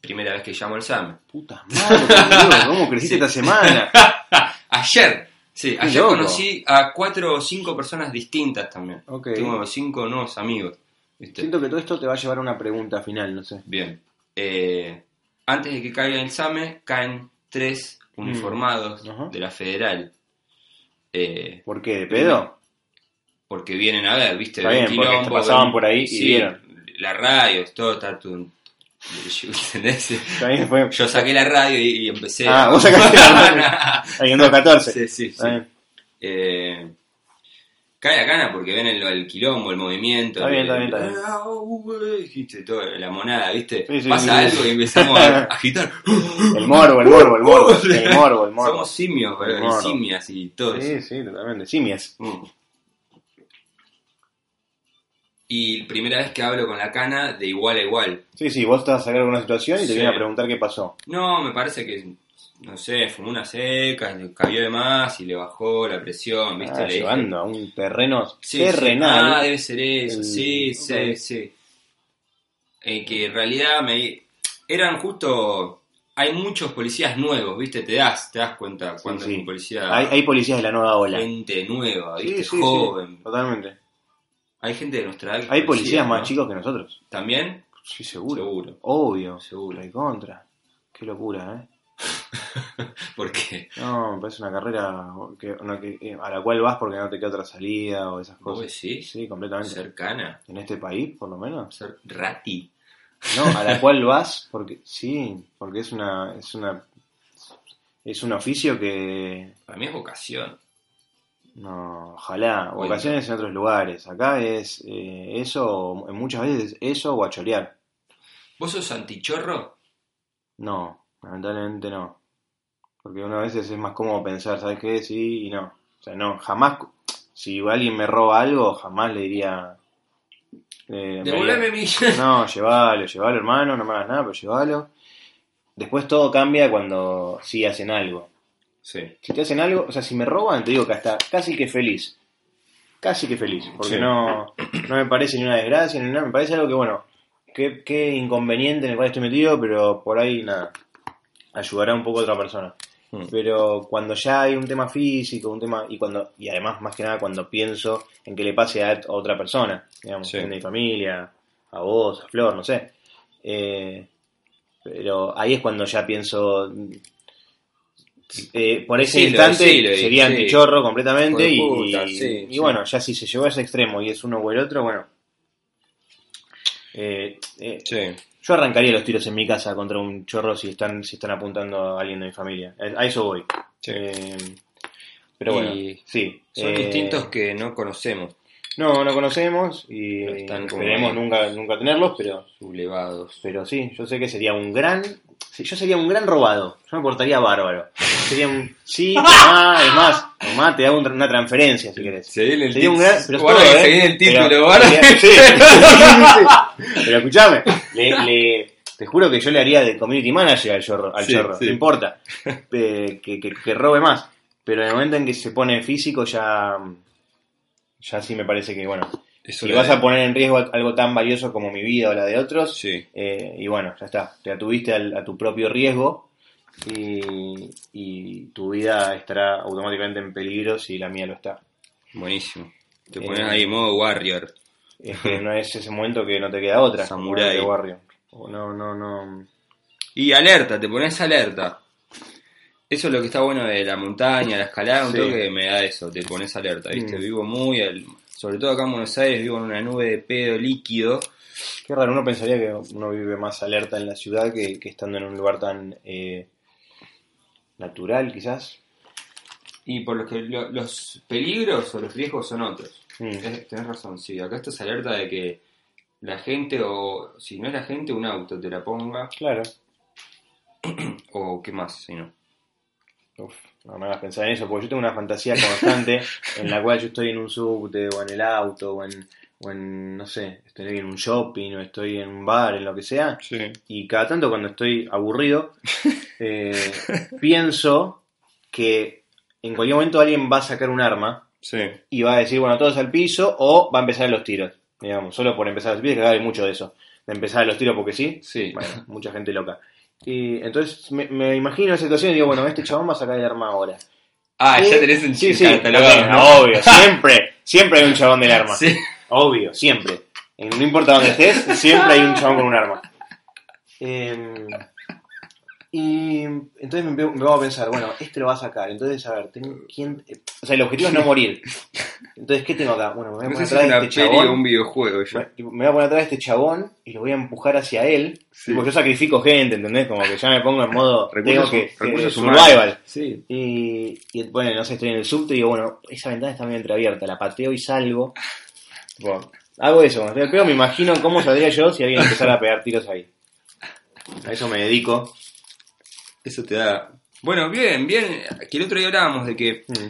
Speaker 2: Primera vez que llamo al SAME.
Speaker 1: Puta madre, boludo, ¿Cómo creciste
Speaker 2: Sí.
Speaker 1: esta
Speaker 2: [LAUGHS]
Speaker 1: semana?
Speaker 2: Ayer, sí, ayer
Speaker 1: loco.
Speaker 2: conocí a cuatro o cinco personas distintas también.
Speaker 1: Ok.
Speaker 2: Tengo cinco nuevos amigos. ¿viste?
Speaker 1: Siento que todo esto te va a llevar a una pregunta final, no sé.
Speaker 2: Bien. Eh, antes de que caiga el SAME, caen tres uniformados
Speaker 1: Mm. Ajá.
Speaker 2: de la Federal. Eh,
Speaker 1: ¿Por qué? ¿De pedo?
Speaker 2: porque vienen a ver, ¿viste?
Speaker 1: Está
Speaker 2: Ven
Speaker 1: bien, porque
Speaker 2: quilombo,
Speaker 1: pasaban
Speaker 2: ven-
Speaker 1: por ahí y
Speaker 2: sí,
Speaker 1: vieron.
Speaker 2: La radio, todo está tu- [LAUGHS] ¿entendés?
Speaker 1: También fue.
Speaker 2: Yo saqué la radio y, y empecé.
Speaker 1: Ah, vos sacaste
Speaker 2: [LAUGHS]
Speaker 1: la Ahí andó 14.
Speaker 2: sí, sí, sí.
Speaker 1: Está bien,
Speaker 2: Eh, cae la cana porque ven el, el quilombo, el movimiento.
Speaker 1: Está bien,
Speaker 2: el-
Speaker 1: está bien, está bien.
Speaker 2: Ah, uy, viste, todo, la monada, ¿viste?
Speaker 1: Sí, sí,
Speaker 2: Pasa
Speaker 1: sí, sí.
Speaker 2: algo y empezamos
Speaker 1: [LAUGHS]
Speaker 2: a agitar.
Speaker 1: El morbo, el morbo, el morbo. El morbo, el morbo.
Speaker 2: Somos simios,
Speaker 1: El
Speaker 2: pero
Speaker 1: morbo.
Speaker 2: simias y todo
Speaker 1: Sí,
Speaker 2: eso.
Speaker 1: sí, totalmente. Simias.
Speaker 2: Mm. Y primera vez que hablo con la cana de igual a igual.
Speaker 1: Sí, sí, vos estás a sacar alguna situación y te
Speaker 2: Sí.
Speaker 1: vienen a preguntar qué pasó.
Speaker 2: No, me parece que, no sé, fumó una seca, le cayó de más y le bajó la presión, ¿viste?
Speaker 1: Ah,
Speaker 2: Le dije,
Speaker 1: llevando a un terreno
Speaker 2: Sí, sí. Ah,
Speaker 1: terrenal.
Speaker 2: debe ser eso,
Speaker 1: El-
Speaker 2: sí, sí,
Speaker 1: ok.
Speaker 2: sí. Eh, que en realidad me eran justo. Hay muchos policías nuevos, ¿viste? Te das, te das cuenta cuando
Speaker 1: sí.
Speaker 2: es un policía.
Speaker 1: Hay, hay policías de la nueva ola.
Speaker 2: gente nueva,
Speaker 1: Sí,
Speaker 2: ¿viste?
Speaker 1: sí, sí,
Speaker 2: Joven.
Speaker 1: Totalmente.
Speaker 2: Hay gente de nuestra edad. que
Speaker 1: Hay
Speaker 2: es
Speaker 1: policías
Speaker 2: policía,
Speaker 1: más
Speaker 2: ¿no?
Speaker 1: chicos que nosotros.
Speaker 2: ¿También?
Speaker 1: Sí, seguro.
Speaker 2: Seguro.
Speaker 1: Obvio.
Speaker 2: Seguro. [LAUGHS]
Speaker 1: Y contra. Qué locura, ¿eh?
Speaker 2: Porque.
Speaker 1: No, me parece una carrera que, una que- eh, a la cual vas porque no te queda otra salida o esas
Speaker 2: ¿Vos
Speaker 1: cosas.
Speaker 2: decís?
Speaker 1: Sí, completamente.
Speaker 2: Cercana.
Speaker 1: En este país, por lo menos.
Speaker 2: Ser rati.
Speaker 1: No, a la cual vas porque sí, porque es una es una es un oficio que
Speaker 2: Para mí es vocación.
Speaker 1: no, ojalá,
Speaker 2: Bueno.
Speaker 1: vocaciones en otros lugares. Acá es eh, eso, muchas veces eso o a chorear.
Speaker 2: ¿Vos sos antichorro?
Speaker 1: No, lamentablemente no. Porque una veces es más cómodo pensar, ¿sabes qué? Sí y no. O sea, no, jamás, si alguien me roba algo, jamás le diría... eh, me
Speaker 2: Devolveme mi.
Speaker 1: diría, No, llévalo, llévalo hermano, no me hagas nada, pero llévalo. Después todo cambia cuando sí hacen algo.
Speaker 2: Sí.
Speaker 1: Si te hacen algo, o sea, si me roban, te digo que hasta casi que feliz. Casi que feliz. Porque
Speaker 2: Sí.
Speaker 1: no, no me parece ni una desgracia, ni nada. Me parece algo que, bueno, qué, qué inconveniente en el cual estoy metido, pero por ahí nada. Ayudará un poco a otra persona.
Speaker 2: Mm.
Speaker 1: Pero cuando ya hay un tema físico, un tema. Y cuando y además, más que nada, cuando pienso en que le pase a otra persona, digamos,
Speaker 2: Sí.
Speaker 1: en mi familia, a vos, a Flor, no sé. Eh, pero ahí es cuando ya pienso. eh, por ese
Speaker 2: Decilo,
Speaker 1: instante
Speaker 2: decilo, y-
Speaker 1: sería
Speaker 2: sí.
Speaker 1: antichorro completamente. Y,
Speaker 2: Hijo de puta,
Speaker 1: y-
Speaker 2: sí,
Speaker 1: y
Speaker 2: sí.
Speaker 1: bueno, ya si se llevó a ese extremo y es uno o el otro, bueno. Eh, eh,
Speaker 2: Sí.
Speaker 1: yo arrancaría los tiros en mi casa contra un chorro si están, si están apuntando a alguien de mi familia. A a eso voy. Eh, pero
Speaker 2: Y
Speaker 1: bueno, sí.
Speaker 2: Son
Speaker 1: eh,
Speaker 2: instintos que no conocemos.
Speaker 1: No, no conocemos y
Speaker 2: Pero están como
Speaker 1: esperemos
Speaker 2: ahí.
Speaker 1: nunca, nunca tenerlos, pero,
Speaker 2: Sublevados.
Speaker 1: pero sí, yo sé que sería un gran. sí, Yo sería un gran robado. Yo me portaría bárbaro. Sería un.
Speaker 2: [LAUGHS]
Speaker 1: Sí, tomá, es más, tomá, te hago un- una transferencia si querés.
Speaker 2: Se viene el
Speaker 1: Sería un
Speaker 2: tit-
Speaker 1: gran. Pero es
Speaker 2: guarda
Speaker 1: todo,
Speaker 2: que
Speaker 1: ¿eh?
Speaker 2: se viene el título,
Speaker 1: Pero-
Speaker 2: guarda. [LAUGHS]
Speaker 1: Sí, sí. Pero escuchame, le- le- te juro que yo le haría de community manager al chorro, al
Speaker 2: Sí,
Speaker 1: chorro
Speaker 2: sí.
Speaker 1: no importa. Eh, que, que- que robe más. Pero en el momento en que se pone físico, ya. Ya sí me parece que, bueno.
Speaker 2: Eso
Speaker 1: Si
Speaker 2: le-
Speaker 1: vas a poner en riesgo algo tan valioso como mi vida o la de otros,
Speaker 2: Sí.
Speaker 1: eh, y bueno, ya está, te atuviste al- a tu propio riesgo y, y tu vida estará automáticamente en peligro si la mía lo está.
Speaker 2: Buenísimo. Te
Speaker 1: Eh,
Speaker 2: pones ahí modo warrior.
Speaker 1: Es que no es ese momento que no te queda otra. como
Speaker 2: Samurái.
Speaker 1: el de Warrior. O No, no, no.
Speaker 2: Y alerta, te pones alerta. Eso es lo que está bueno de la montaña, la escalada, un
Speaker 1: Sí.
Speaker 2: toque que me da eso, te pones alerta, ¿viste?
Speaker 1: Mm.
Speaker 2: Vivo muy, al- sobre todo acá en Buenos Aires, vivo en una nube de pedo líquido.
Speaker 1: Qué raro, uno pensaría que uno vive más alerta en la ciudad que, que estando en un lugar tan eh, natural, quizás.
Speaker 2: Y por lo que lo- los peligros o los riesgos son otros.
Speaker 1: Mm.
Speaker 2: Es- tenés razón, sí, acá estás alerta de que la gente, o si no es la gente, un auto te la ponga,
Speaker 1: Claro.
Speaker 2: o qué más, si no.
Speaker 1: Uf, no me hagas pensar en eso, porque yo tengo una fantasía constante en la cual yo estoy en un subte, o en el auto, o en, o en, no sé, estoy en un shopping, o estoy en un bar, en lo que sea,
Speaker 2: Sí.
Speaker 1: y cada tanto cuando estoy aburrido, eh, pienso que en cualquier momento alguien va a sacar un arma
Speaker 2: Sí.
Speaker 1: y va a decir, bueno, todos al piso, o va a empezar los tiros, digamos, solo por empezar los tiros, que acá hay mucho de eso, de empezar los tiros porque sí,
Speaker 2: Sí. [LAUGHS]
Speaker 1: bueno, mucha gente loca. Y entonces me, me imagino la situación y digo, bueno, este chabón va a sacar el arma ahora.
Speaker 2: Ah,
Speaker 1: Sí,
Speaker 2: ya tenés un
Speaker 1: Sí,
Speaker 2: chiste
Speaker 1: sí,
Speaker 2: catalogado,
Speaker 1: bueno, obvio,
Speaker 2: [LAUGHS]
Speaker 1: siempre, siempre hay un chabón del arma.
Speaker 2: Sí.
Speaker 1: Obvio, siempre. En- No importa dónde estés, siempre hay un chabón con un arma. Eh, y entonces me, empe- me voy a pensar, bueno, este lo va a sacar, entonces a ver, tengo, ¿quién? eh, O sea, el objetivo es no morir. Entonces, ¿qué tengo acá? Bueno, me voy a
Speaker 2: No
Speaker 1: poner
Speaker 2: sé si
Speaker 1: atrás
Speaker 2: es
Speaker 1: de
Speaker 2: una
Speaker 1: este
Speaker 2: peli o
Speaker 1: chabón.
Speaker 2: un videojuego. Yo.
Speaker 1: Me tipo, me voy a poner atrás de este chabón y lo voy a empujar hacia él.
Speaker 2: Sí.
Speaker 1: Tipo, yo sacrifico gente, ¿entendés? Como que ya me pongo en modo
Speaker 2: Recursos-
Speaker 1: tengo que,
Speaker 2: recursos
Speaker 1: que-
Speaker 2: humanos.
Speaker 1: survival.
Speaker 2: Sí.
Speaker 1: Y, y, bueno, no sé, estoy en el subte y digo, bueno, esa ventana está medio entreabierta, la pateo y salgo. Bueno, hago eso, cuando estoy al pedo me imagino cómo saldría yo si alguien empezara a pegar tiros ahí. A eso me dedico.
Speaker 2: Eso te da. Bueno, bien, bien. Que el otro día hablábamos de que
Speaker 1: Mm.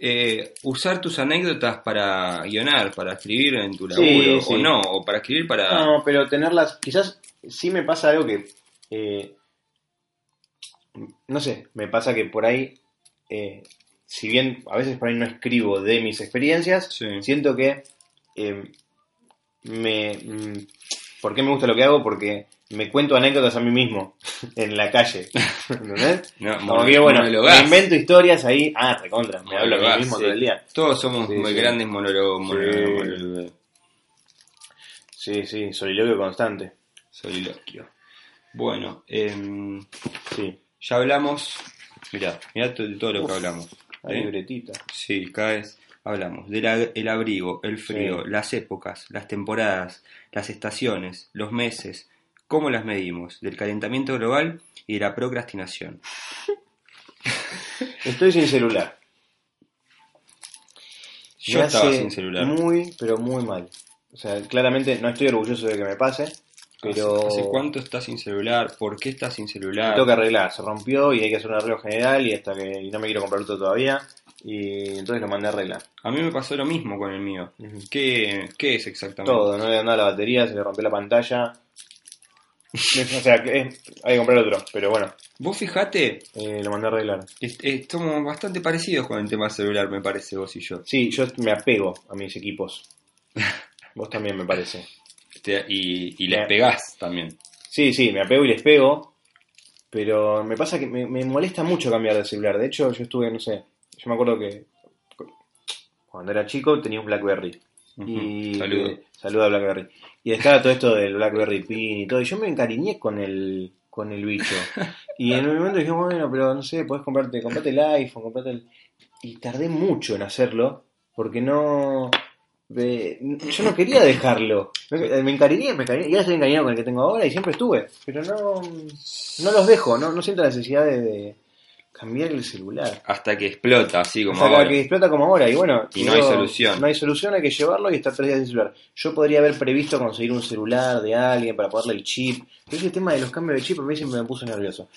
Speaker 2: eh, usar tus anécdotas para guionar, para escribir en tu
Speaker 1: Sí,
Speaker 2: laburo,
Speaker 1: sí.
Speaker 2: o no, o para escribir para.
Speaker 1: No, pero tenerlas, quizás sí me pasa algo que, eh, no sé, me pasa que por ahí, eh, si bien a veces por ahí no escribo de mis experiencias,
Speaker 2: Sí.
Speaker 1: siento que eh, me... mm, ¿Por qué me gusta lo que hago? Porque me cuento anécdotas a mí
Speaker 2: [LAUGHS]
Speaker 1: mismo en la calle. ¿Entendés?
Speaker 2: No,
Speaker 1: Como
Speaker 2: mono-
Speaker 1: que bueno, me
Speaker 2: monologás.
Speaker 1: invento historias ahí. Ah, recontra, me hablo a
Speaker 2: Monologás,
Speaker 1: mí mismo
Speaker 2: sí.
Speaker 1: todo el día.
Speaker 2: Todos somos
Speaker 1: Sí,
Speaker 2: muy
Speaker 1: sí.
Speaker 2: grandes monólogos.
Speaker 1: Sí.
Speaker 2: monólogos, monólogos.
Speaker 1: Sí, sí, soliloquio constante.
Speaker 2: Soliloquio. Bueno, em,
Speaker 1: Sí,
Speaker 2: ya hablamos. Mirá, mirá to- todo lo que hablamos.
Speaker 1: hay
Speaker 2: ¿eh?
Speaker 1: libretita.
Speaker 2: Sí, cada vez hablamos del ag- el abrigo, el frío,
Speaker 1: Sí.
Speaker 2: las épocas, las temporadas, las estaciones, los meses, cómo las medimos, del calentamiento global y de la procrastinación.
Speaker 1: Estoy sin celular.
Speaker 2: Yo
Speaker 1: Me
Speaker 2: estaba
Speaker 1: hace
Speaker 2: sin celular.
Speaker 1: Muy, pero muy mal. O sea, claramente no estoy orgulloso de que me pase, pero
Speaker 2: ¿Hace, hace cuánto estás sin celular? ¿Por qué estás sin celular?
Speaker 1: tengo que arreglar. Se rompió y hay que hacer un arreglo general y hasta que y no me quiero comprar otro todavía. Y entonces lo mandé a arreglar.
Speaker 2: A mí me pasó lo mismo con el mío.
Speaker 1: Ujú.
Speaker 2: ¿Qué, qué es exactamente?
Speaker 1: Todo, no le andaba la batería, se le rompió la pantalla. o sea, que es- hay que comprar otro, pero bueno,
Speaker 2: Vos fijate,
Speaker 1: eh, lo mandé a arreglar.
Speaker 2: est- estamos bastante parecidos con el tema celular, me parece, vos y yo.
Speaker 1: Sí, yo me apego a mis equipos. Vos también me parece.
Speaker 2: Te- y, y les
Speaker 1: Bien.
Speaker 2: pegás también.
Speaker 1: Sí, sí, me apego y les pego. Pero me pasa que me, me molesta mucho cambiar de celular. De hecho, yo estuve, no sé, yo me acuerdo que cuando era chico tenía un BlackBerry. Y
Speaker 2: Ujú. Saludos.
Speaker 1: eh, saludo a BlackBerry. Y estaba todo esto del BlackBerry Pin y todo. Y yo me encariñé con el, con el bicho. Y en un momento dije, bueno, pero no sé, podés comprarte, comprate el iPhone, comprate el... Y tardé mucho en hacerlo porque no... de- yo no quería dejarlo. Me, me encariñé, me encariñé. Y ahora estoy encariñado con el que tengo ahora y siempre estuve. Pero no, no los dejo, no, no siento la necesidad de... de- Cambiar el celular.
Speaker 2: Hasta que explota, así como
Speaker 1: Hasta
Speaker 2: ahora.
Speaker 1: que explota como ahora. Y bueno,
Speaker 2: Y no hay solución.
Speaker 1: No hay solución, hay que llevarlo y estar tres días sin celular. Yo podría haber previsto conseguir un celular de alguien para ponerle el chip. Pero ese tema de los cambios de chip a mí siempre me puso
Speaker 2: [LAUGHS]
Speaker 1: nervioso.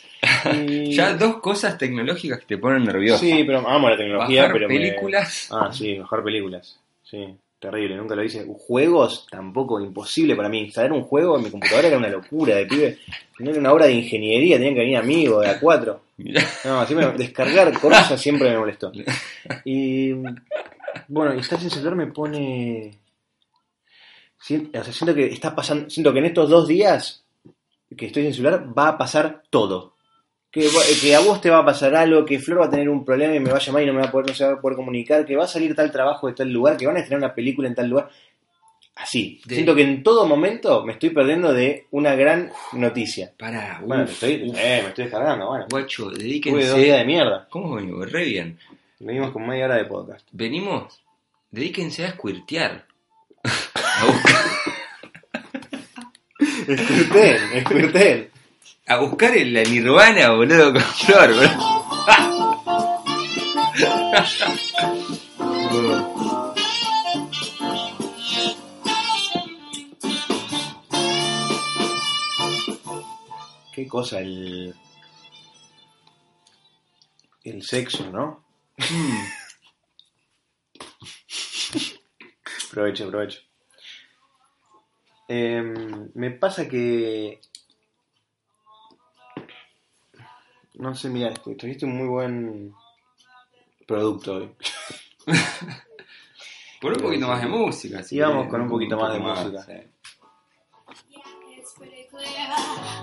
Speaker 1: Y-
Speaker 2: Ya dos cosas tecnológicas que te ponen nervioso.
Speaker 1: Sí, pero amo la tecnología,
Speaker 2: Bajar
Speaker 1: pero me-
Speaker 2: películas.
Speaker 1: Ah, sí, bajar películas. Sí, terrible, nunca lo hice. Juegos, tampoco, imposible para mí. Instalar un juego en mi computadora era una locura de pibe. No era una obra de ingeniería, tenían que venir amigos de a cuatro.
Speaker 2: [LAUGHS] Mirá,
Speaker 1: No, siempre descargar cosas siempre me molestó. Y bueno, y estar sin celular me pone. si- o sea, siento que está pasando. Siento que en estos dos días que estoy sin celular va a pasar todo. Que, va- que a vos te va a pasar algo, que Flor va a tener un problema y me va a llamar y no me va a poder, no se va a poder comunicar, que va a salir tal trabajo de tal lugar, que van a estrenar una película en tal lugar. Así.
Speaker 2: De-
Speaker 1: Siento que en todo momento me estoy perdiendo de una gran noticia.
Speaker 2: Pará,
Speaker 1: Bueno,
Speaker 2: uf,
Speaker 1: te estoy,
Speaker 2: uf.
Speaker 1: eh, me estoy descargando, bueno.
Speaker 2: Guacho,
Speaker 1: Tuve dos días de
Speaker 2: dedíquense.
Speaker 1: mierda.
Speaker 2: ¿Cómo venimos? Re bien.
Speaker 1: Venimos con media hora de podcast.
Speaker 2: Venimos, dedíquense a escuirtear. [LAUGHS] a, buscar,
Speaker 1: Escurten, escurten.
Speaker 2: a buscar el- la nirvana, boludo, con [LAUGHS] flor, boludo.
Speaker 1: Qué cosa el. El sexo, ¿no? Aprovecho, aprovecho. Em, me pasa que. No sé, mira, tuviste un muy buen producto hoy.
Speaker 2: Por un poquito más de música. si
Speaker 1: Y vamos
Speaker 2: querés,
Speaker 1: con un poquito más de música.
Speaker 2: sí.
Speaker 3: It's pretty clear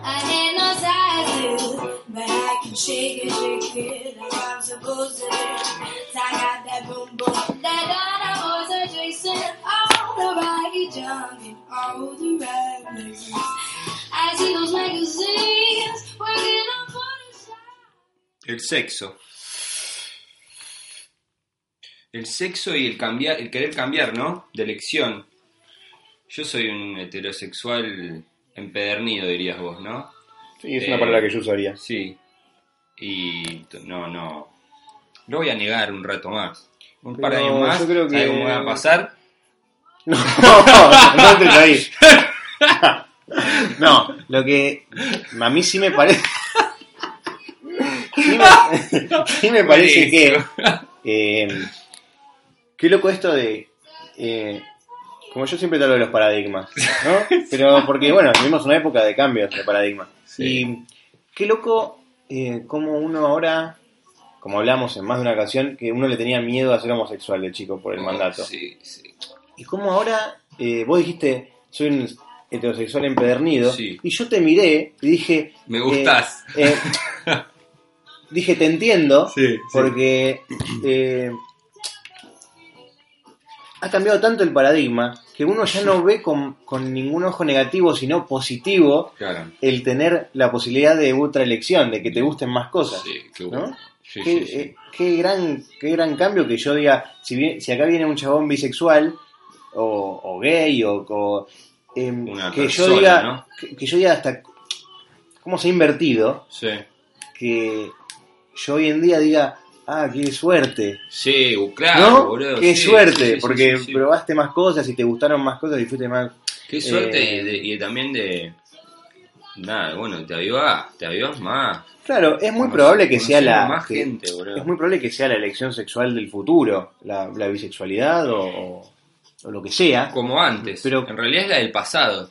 Speaker 3: I didn't know what I do, but I can shake it, shake it like I'm supposed to. 'Cause I got that boom boom, that other boys are chasing all the right junk and all the right places. I see those magazines working on Photoshop.
Speaker 2: El sexo. El sexo y el cambiar, el querer cambiar, ¿no? De elección. Yo soy un heterosexual empedernido, dirías vos, ¿no?
Speaker 1: Sí, es
Speaker 2: Eh,
Speaker 1: una palabra que yo
Speaker 2: [LAUGHS]
Speaker 1: usaría.
Speaker 2: Sí. Y t- no, no. Lo voy a negar un rato más. Un par de
Speaker 1: Pero
Speaker 2: años más.
Speaker 1: yo creo que-
Speaker 2: ¿sabes cómo va a pasar?
Speaker 1: [LAUGHS] No, no te caí. [LAUGHS] No, lo que a mí sí me parece. Sí me, [LAUGHS] sí me parece que. eh, qué loco esto de. eh, como yo siempre te hablo de los paradigmas, ¿no?
Speaker 2: [LAUGHS]
Speaker 1: Pero porque, bueno, vivimos una época de cambios de paradigmas.
Speaker 2: Sí.
Speaker 1: Y qué loco eh, como uno ahora, como hablamos en más de una ocasión, que uno le tenía miedo a ser homosexual de chico por el mandato.
Speaker 2: Oh, Sí, sí.
Speaker 1: Y como ahora eh, vos dijiste, soy un heterosexual empedernido,
Speaker 2: Sí.
Speaker 1: y yo te miré y dije...
Speaker 2: Me
Speaker 1: eh,
Speaker 2: gustás. [LAUGHS]
Speaker 1: eh, dije, te entiendo,
Speaker 2: Sí,
Speaker 1: porque eh, ha cambiado tanto el paradigma que uno ya no ve con, con ningún ojo negativo, sino positivo,
Speaker 2: Claro.
Speaker 1: el tener la posibilidad de otra elección, de que te gusten más cosas.
Speaker 2: Sí, qué
Speaker 1: ¿No?
Speaker 2: bueno. Sí,
Speaker 1: qué,
Speaker 2: sí, sí.
Speaker 1: eh, qué gran, qué gran cambio que yo diga, si, bien- si acá viene un chabón bisexual o, o gay o... o, em,
Speaker 2: Una
Speaker 1: que yo
Speaker 2: persona,
Speaker 1: diga
Speaker 2: ¿no?
Speaker 1: que, que yo diga hasta cómo se ha invertido
Speaker 2: Sí.
Speaker 1: que yo hoy en día diga ah qué suerte
Speaker 2: Sí, claro,
Speaker 1: no
Speaker 2: boludo.
Speaker 1: qué
Speaker 2: sí,
Speaker 1: suerte
Speaker 2: sí, sí, sí,
Speaker 1: porque
Speaker 2: sí, sí.
Speaker 1: probaste más cosas y te gustaron más cosas y fuiste más
Speaker 2: Qué suerte
Speaker 1: Eh,
Speaker 2: y, de- y también de... Nada, bueno, te avivás, te avivás más.
Speaker 1: claro es muy
Speaker 2: Conocí-
Speaker 1: probable que sea
Speaker 2: conocimos
Speaker 1: la
Speaker 2: más
Speaker 1: que-
Speaker 2: gente, boludo.
Speaker 1: es muy probable que sea la elección sexual del futuro la, la bisexualidad o, o- o lo que sea
Speaker 2: Como antes,
Speaker 1: Pero-
Speaker 2: pero en realidad es la del pasado.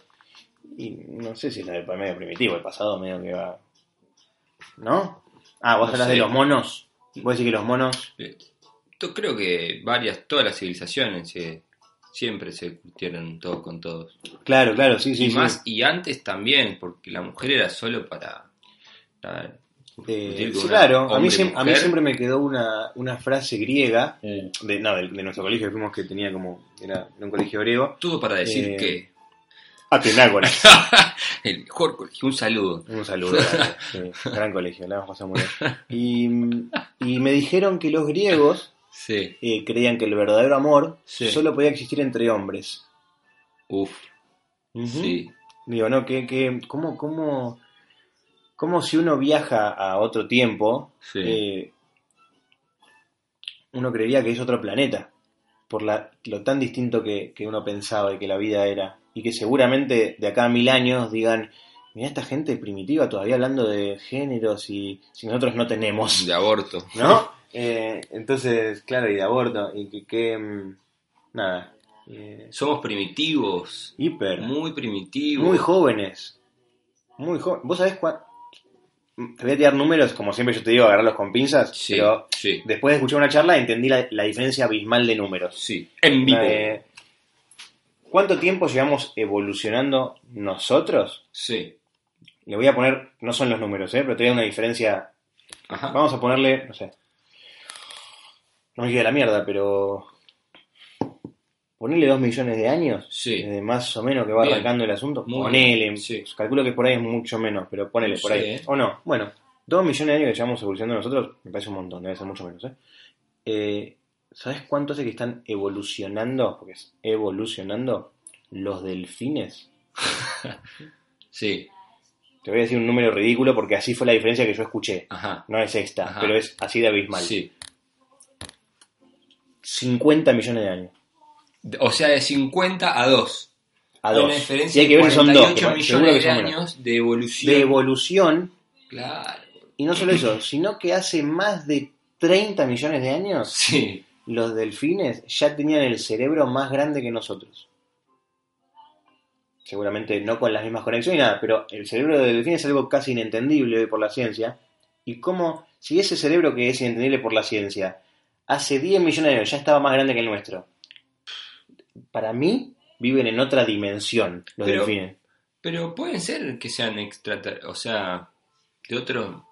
Speaker 1: Y no sé si es la del medio primitivo, el pasado medio que va. ¿No? Ah, vos
Speaker 2: No
Speaker 1: hablas
Speaker 2: sé.
Speaker 1: de los monos. Vos decís que los monos.
Speaker 2: Eh, Yo creo que varias, todas las civilizaciones se- siempre se curtieron todos con todos.
Speaker 1: Claro, claro, sí, sí.
Speaker 2: y
Speaker 1: sí.
Speaker 2: más, y antes también, porque la mujer era solo para... para
Speaker 1: Eh,
Speaker 2: curtir con
Speaker 1: sí,
Speaker 2: una
Speaker 1: claro. A mí,
Speaker 2: hombre,
Speaker 1: siem- a mí
Speaker 2: mujer.
Speaker 1: siempre me quedó una, una frase griega. De, no, de, de nuestro colegio que fuimos que tenía como. Era de un colegio griego.
Speaker 2: Todo para decir
Speaker 1: Eh,
Speaker 2: que... [LAUGHS] Ah,
Speaker 1: Atenágora.
Speaker 2: El mejor colegio, un saludo.
Speaker 1: Un saludo.
Speaker 2: [LAUGHS]
Speaker 1: grande, sí, gran colegio, la hemos pasado muy bien. Y, y me dijeron que los griegos
Speaker 2: Sí.
Speaker 1: eh, creían que el verdadero amor
Speaker 2: Sí.
Speaker 1: solo podía existir entre hombres.
Speaker 2: Uf,
Speaker 1: Ujú.
Speaker 2: sí.
Speaker 1: Digo, no, que, que, ¿cómo, cómo, como si uno viaja a otro tiempo,
Speaker 2: Sí.
Speaker 1: eh, uno creería que es otro planeta, por la- lo tan distinto que, que uno pensaba y que la vida era. Y que seguramente de acá a mil años digan, mira esta gente primitiva todavía hablando de géneros y si nosotros no
Speaker 2: [LAUGHS]
Speaker 1: tenemos.
Speaker 2: De aborto.
Speaker 1: ¿No? Eh, entonces, claro, y de aborto, y que, que, mm, nada, eh,
Speaker 2: Somos primitivos.
Speaker 1: hiper, muy,
Speaker 2: Muy primitivos.
Speaker 1: jóvenes, muy jóvenes. ¿Vos sabés cuánto? Te voy a tirar números, como siempre yo te digo, agarrarlos con pinzas,
Speaker 2: Sí,
Speaker 1: pero
Speaker 2: sí,
Speaker 1: después de escuchar una charla entendí la, la diferencia abismal de números.
Speaker 2: sí. En vivo.
Speaker 1: Eh, ¿Cuánto tiempo llevamos evolucionando nosotros?
Speaker 2: Sí.
Speaker 1: Le voy a poner, no son los números, ¿eh? pero te voy a dar una diferencia
Speaker 2: Ajá.
Speaker 1: Vamos a ponerle, no sé. No me queda la mierda, pero. Ponerle dos millones de años.
Speaker 2: Sí.
Speaker 1: Desde más o menos que va
Speaker 2: Bien.
Speaker 1: arrancando el asunto.
Speaker 2: Muy
Speaker 1: ponele. pues,
Speaker 2: bien, sí.
Speaker 1: Calculo que por ahí es mucho menos, pero ponele
Speaker 2: No
Speaker 1: por
Speaker 2: sé,
Speaker 1: ahí.
Speaker 2: eh.
Speaker 1: O no. Bueno, dos millones de años que llevamos evolucionando nosotros, me parece un montón, debe ser mucho menos, ¿eh? Eh, ¿Sabes cuánto hace que están evolucionando? Porque es evolucionando los delfines.
Speaker 2: Sí.
Speaker 1: Te voy a decir un número ridículo porque así fue la diferencia que yo escuché.
Speaker 2: Ajá.
Speaker 1: No es esta,
Speaker 2: Ajá.
Speaker 1: pero es así de abismal.
Speaker 2: Sí.
Speaker 1: 50 millones de años.
Speaker 2: O sea, de 50 a 2.
Speaker 1: A
Speaker 2: Hay
Speaker 1: dos.
Speaker 2: Una
Speaker 1: Y
Speaker 2: diferencia
Speaker 1: hay que ver que son dos.
Speaker 2: 48
Speaker 1: que pa- seguro
Speaker 2: millones
Speaker 1: que
Speaker 2: de
Speaker 1: son menos.
Speaker 2: años de evolución.
Speaker 1: De evolución,
Speaker 2: claro.
Speaker 1: y no solo eso, sino que hace más de 30 millones de años,
Speaker 2: Sí.
Speaker 1: los delfines ya tenían el cerebro más grande que nosotros. Seguramente no con las mismas conexiones y nada, pero el cerebro del delfín es algo casi inentendible hoy por la ciencia. Y cómo, si ese cerebro que es inentendible por la ciencia, hace 10 millones de años ya estaba más grande que el nuestro, para mí viven en otra dimensión los
Speaker 2: Pero-
Speaker 1: delfines.
Speaker 2: Pero pueden ser que sean extraterrestres. O sea, de otro.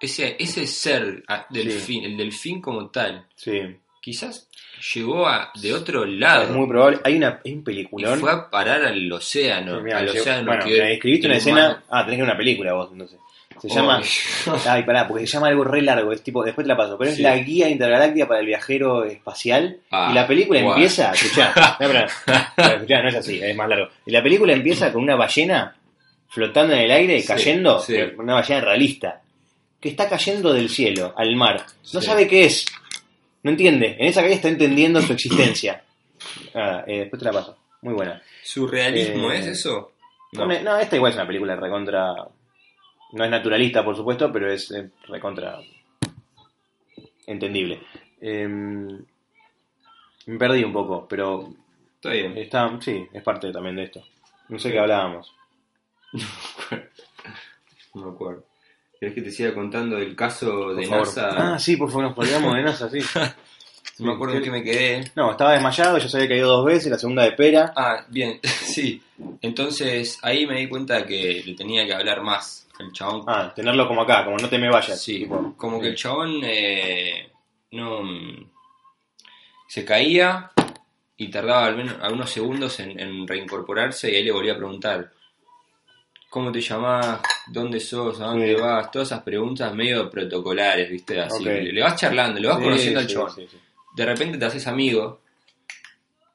Speaker 2: Ese, ese ser ah, delfín, el delfín como tal,
Speaker 1: Sí.
Speaker 2: quizás llegó a, de otro
Speaker 1: Es
Speaker 2: lado.
Speaker 1: muy probable. Hay, una, hay un
Speaker 2: y
Speaker 1: peliculón.
Speaker 2: fue a parar al océano.
Speaker 1: Mirá,
Speaker 2: al
Speaker 1: se-
Speaker 2: océano
Speaker 1: bueno,
Speaker 2: que
Speaker 1: me describiste
Speaker 2: el
Speaker 1: una
Speaker 2: humano-
Speaker 1: escena. Ah, tenés que ver una película vos, entonces. Se
Speaker 2: Oh,
Speaker 1: llama. Ay, pará, porque se llama algo re largo. Es tipo, después te la paso. Pero es
Speaker 2: Sí.
Speaker 1: la guía intergaláctica para el viajero espacial.
Speaker 2: Ah,
Speaker 1: y la película
Speaker 2: guau.
Speaker 1: empieza.
Speaker 2: [LAUGHS]
Speaker 1: Escuchá, no, pará. Pará, escuchá, no es así, es más largo. Y la película empieza con una ballena flotando en el aire y
Speaker 2: Sí,
Speaker 1: cayendo.
Speaker 2: sí.
Speaker 1: pero Una ballena realista. Que está cayendo del cielo al mar. No
Speaker 2: Sí.
Speaker 1: sabe qué es. No entiende. En esa caída está entendiendo su existencia. Ah, eh, después te la paso. Muy buena.
Speaker 2: ¿Surrealismo
Speaker 1: Eh,
Speaker 2: es eso?
Speaker 1: No. me- no, esta igual es una película recontra. No es naturalista, por supuesto, pero es eh, recontra. entendible. Em, me perdí un poco, pero.
Speaker 2: Está bien.
Speaker 1: Está, sí, es parte también de esto. No sé qué hablábamos.
Speaker 2: No me acuerdo. ¿Querés que te siga contando del caso
Speaker 1: Por
Speaker 2: de
Speaker 1: favor.
Speaker 2: NASA?
Speaker 1: Ah, sí, por favor, nos colgamos de NASA, sí.
Speaker 2: no me acuerdo en qué me quedé.
Speaker 1: No, estaba desmayado, yo se había caído dos veces, la segunda de pera.
Speaker 2: Ah, bien, [LAUGHS] sí. Entonces ahí me di cuenta que le tenía que hablar más al chabón.
Speaker 1: Ah, tenerlo como acá, como no te me vayas.
Speaker 2: sí,
Speaker 1: tipo,
Speaker 2: como que el
Speaker 1: sí.
Speaker 2: chabón eh, no mm, se caía y tardaba al menos algunos segundos en, en reincorporarse y ahí le volvía a preguntar. ¿Cómo te llamás? ¿Dónde sos? ¿A dónde
Speaker 1: Sí.
Speaker 2: vas? Todas esas preguntas medio protocolares, ¿viste? Así.
Speaker 1: Ok.
Speaker 2: Le, le vas charlando, le vas
Speaker 1: Sí,
Speaker 2: conociendo al
Speaker 1: sí,
Speaker 2: chabón.
Speaker 1: sí, sí.
Speaker 2: de repente te haces amigo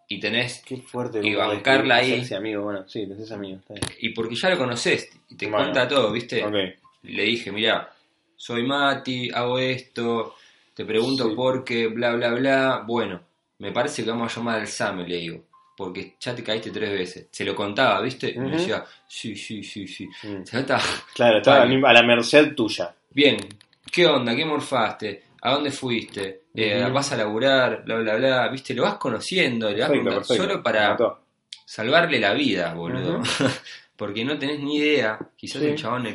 Speaker 2: y tenés
Speaker 1: Qué fuerte.
Speaker 2: Y
Speaker 1: como
Speaker 2: bancarla ahí.
Speaker 1: hacerse amigo, bueno, sí, te haces amigo. Está bien.
Speaker 2: y porque ya lo conoces y te
Speaker 1: Bueno.
Speaker 2: cuenta todo, ¿viste?
Speaker 1: Ok.
Speaker 2: Le dije, mira, soy Mati, hago esto, te pregunto
Speaker 1: Sí.
Speaker 2: por qué, bla, bla, bla. Bueno, me parece que vamos a llamar al SAME, le digo, porque ya te caíste tres veces. Se lo contaba, ¿viste? Y
Speaker 1: Ujú.
Speaker 2: me decía, sí, sí, sí, sí.
Speaker 1: Mm.
Speaker 2: Ya está.
Speaker 1: Claro, estaba
Speaker 2: Vale.
Speaker 1: a la- a la merced tuya.
Speaker 2: Bien, ¿qué onda? ¿Qué morfaste? ¿A dónde fuiste? Eh,
Speaker 1: Ujú.
Speaker 2: ¿Vas a laburar? Bla, bla, bla. ¿Viste? Lo vas conociendo, le vas
Speaker 1: Perfecto,
Speaker 2: preguntando,
Speaker 1: perfecto.
Speaker 2: solo para...
Speaker 1: Me mató.
Speaker 2: salvarle la vida, boludo. [LAUGHS] Porque no tenés ni idea. Quizás
Speaker 1: Sí.
Speaker 2: un chabón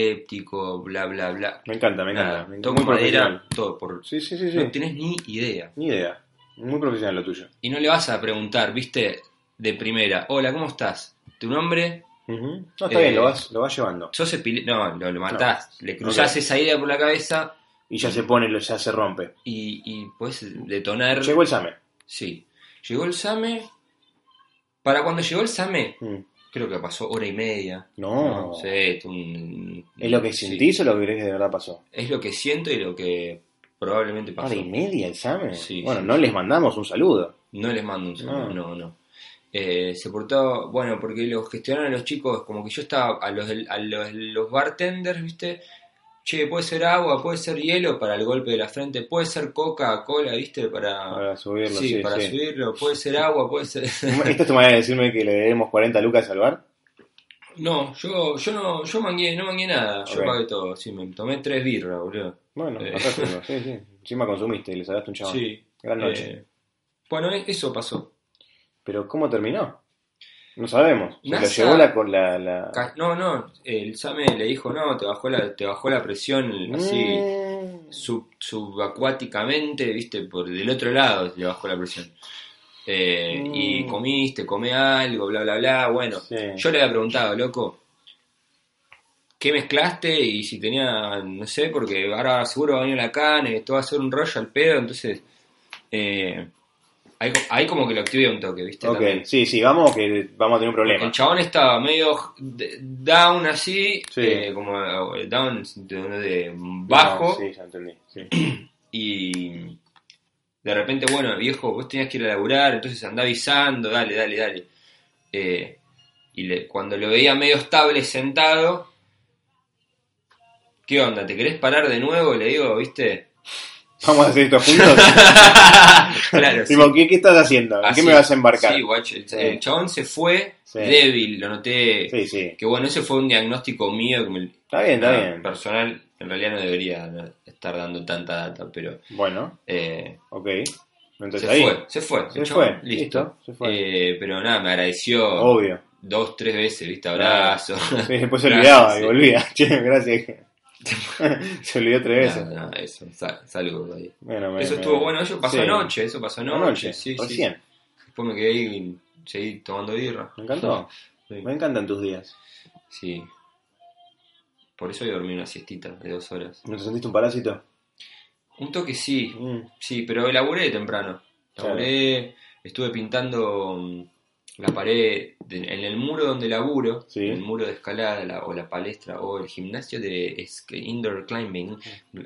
Speaker 2: epiléptico, bla, bla, bla.
Speaker 1: Me encanta, me encanta.
Speaker 2: Nada,
Speaker 1: Me encanta.
Speaker 2: toco
Speaker 1: Muy
Speaker 2: madera,
Speaker 1: profesional.
Speaker 2: todo. Por...
Speaker 1: Sí, sí, sí, sí.
Speaker 2: No tenés ni idea.
Speaker 1: Ni idea. Muy profesional lo tuyo.
Speaker 2: Y no le vas a preguntar, viste, de primera, hola, ¿cómo estás? ¿Tu nombre?
Speaker 1: Ujú. No, está
Speaker 2: Eh,
Speaker 1: bien, lo vas, lo vas llevando.
Speaker 2: ¿Sos epiléptico? No, lo, lo matás. Le cruzás
Speaker 1: Ok.
Speaker 2: esa idea por la cabeza
Speaker 1: Y ya se pone, lo- ya se rompe.
Speaker 2: y, y puedes detonar.
Speaker 1: Llegó el SAME.
Speaker 2: Sí. Llegó el SAME. Para cuando llegó el SAME,
Speaker 1: Mm.
Speaker 2: creo que pasó hora y media.
Speaker 1: No.
Speaker 2: sé, un-
Speaker 1: Oh. ¿Es lo que
Speaker 2: sí.
Speaker 1: sentís o lo que crees que de verdad pasó?
Speaker 2: Es lo que siento y lo que probablemente pasó.
Speaker 1: ¿Hora y media el SAME?
Speaker 2: Sí,
Speaker 1: bueno,
Speaker 2: sí,
Speaker 1: no les mandamos un saludo.
Speaker 2: No les mando un saludo,
Speaker 1: Ah.
Speaker 2: no, no. Eh, se portó, bueno, porque los gestionaron a los chicos, como que yo estaba a los, del- a los, los bartenders, ¿viste? Che, puede ser agua, puede ser hielo para el golpe de la frente, puede ser Coca-Cola, ¿viste? Para,
Speaker 1: Para subirlo, sí,
Speaker 2: Ah. para
Speaker 1: [LAUGHS] sí.
Speaker 2: subirlo, puede ser agua,
Speaker 1: [LAUGHS]
Speaker 2: puede ser...
Speaker 1: ¿Esta es tu manera de decirme que le debemos 40 lucas al bar?
Speaker 2: No, yo, yo no, yo mangué, no mangué nada, yo
Speaker 1: Ok.
Speaker 2: pagué todo, sí, me tomé tres birras, boludo.
Speaker 1: Bueno,
Speaker 2: Eh.
Speaker 1: acá tengo, sí, sí. Encima consumiste y le saldaste un chabón.
Speaker 2: Sí.
Speaker 1: Gran noche.
Speaker 2: Eh, bueno, e- eso pasó.
Speaker 1: Pero ¿cómo terminó? No sabemos. Se lo
Speaker 2: NASA-
Speaker 1: llevó la... con la, la...
Speaker 2: Ca- No, no, el SAME le dijo, no, te bajó la, te bajó la presión así
Speaker 1: Mm.
Speaker 2: sub- subacuáticamente, viste, por del otro lado le bajó la presión. Eh,
Speaker 1: Mm.
Speaker 2: Y comiste, comé algo, bla, bla, bla. Bueno,
Speaker 1: Sí.
Speaker 2: yo le había preguntado, loco, ¿qué mezclaste? Y si tenía, no sé, porque ahora seguro va a venir la carne, esto va a ser un rollo al pedo, entonces... eh, ahí, co- ahí como que lo activé un toque, viste.
Speaker 1: Ok,
Speaker 2: También.
Speaker 1: sí, sí, vamos que vamos a tener un problema.
Speaker 2: El chabón estaba medio d- down así,
Speaker 1: Sí.
Speaker 2: eh, como eh, down de, de
Speaker 1: No,
Speaker 2: bajo,
Speaker 1: sí, ya entendí. sí.
Speaker 2: y de repente, bueno, viejo, vos tenías que ir a laburar, entonces andá avisando, dale, dale, dale. Eh, y le- cuando lo veía medio estable sentado, ¿qué onda? ¿Te querés parar de nuevo? Le
Speaker 1: [LAUGHS]
Speaker 2: digo, ¿viste?
Speaker 1: Vamos a hacer esto juntos.
Speaker 2: claro, [LAUGHS] sí.
Speaker 1: Tipo, ¿qué, qué estás haciendo? ¿En qué
Speaker 2: Así.
Speaker 1: me vas a embarcar?
Speaker 2: Sí, guacho, el- el chabón se fue
Speaker 1: Sí.
Speaker 2: débil, lo noté.
Speaker 1: Sí, sí.
Speaker 2: Que bueno, ese fue un diagnóstico mío que me-
Speaker 1: Está bien, está
Speaker 2: nada,
Speaker 1: bien.
Speaker 2: personal. En realidad no debería ¿no? estar dando tanta data, pero
Speaker 1: Bueno,
Speaker 2: eh,
Speaker 1: ok. Entonces
Speaker 2: se,
Speaker 1: ahí.
Speaker 2: fue, se fue,
Speaker 1: Se
Speaker 2: chabón,
Speaker 1: fue, listo, se fue. Oh.
Speaker 2: Eh, pero nada, me agradeció
Speaker 1: Obvio.
Speaker 2: dos, tres veces, viste, abrazo.
Speaker 1: Sí, después se
Speaker 2: Gracias,
Speaker 1: olvidaba
Speaker 2: sí.
Speaker 1: y volvía. [LAUGHS] Che, gracias.
Speaker 2: [LAUGHS]
Speaker 1: se olvidó tres veces.
Speaker 2: Nada, nada, eso, sal- saludos ahí.
Speaker 1: Bueno, me-
Speaker 2: Eso
Speaker 1: me-
Speaker 2: estuvo bueno, eso pasó
Speaker 1: sí.
Speaker 2: anoche, eso pasó anoche.
Speaker 1: Anoche,
Speaker 2: sí, sí.
Speaker 1: recién.
Speaker 2: Después me quedé ahí y seguí tomando birra.
Speaker 1: Me encantó.
Speaker 2: Sí.
Speaker 1: Me encantan tus días.
Speaker 2: Sí. Por eso hoy dormí una siestita de dos horas.
Speaker 1: ¿No te sentiste un parásito?
Speaker 2: Un toque sí,
Speaker 1: Mm.
Speaker 2: Sí, pero laburé temprano. Laburé, estuve pintando mm, la pared de- en el muro donde laburo,
Speaker 1: Sí.
Speaker 2: el muro de escalada la- o la palestra o el gimnasio de esca- indoor climbing. [LAUGHS]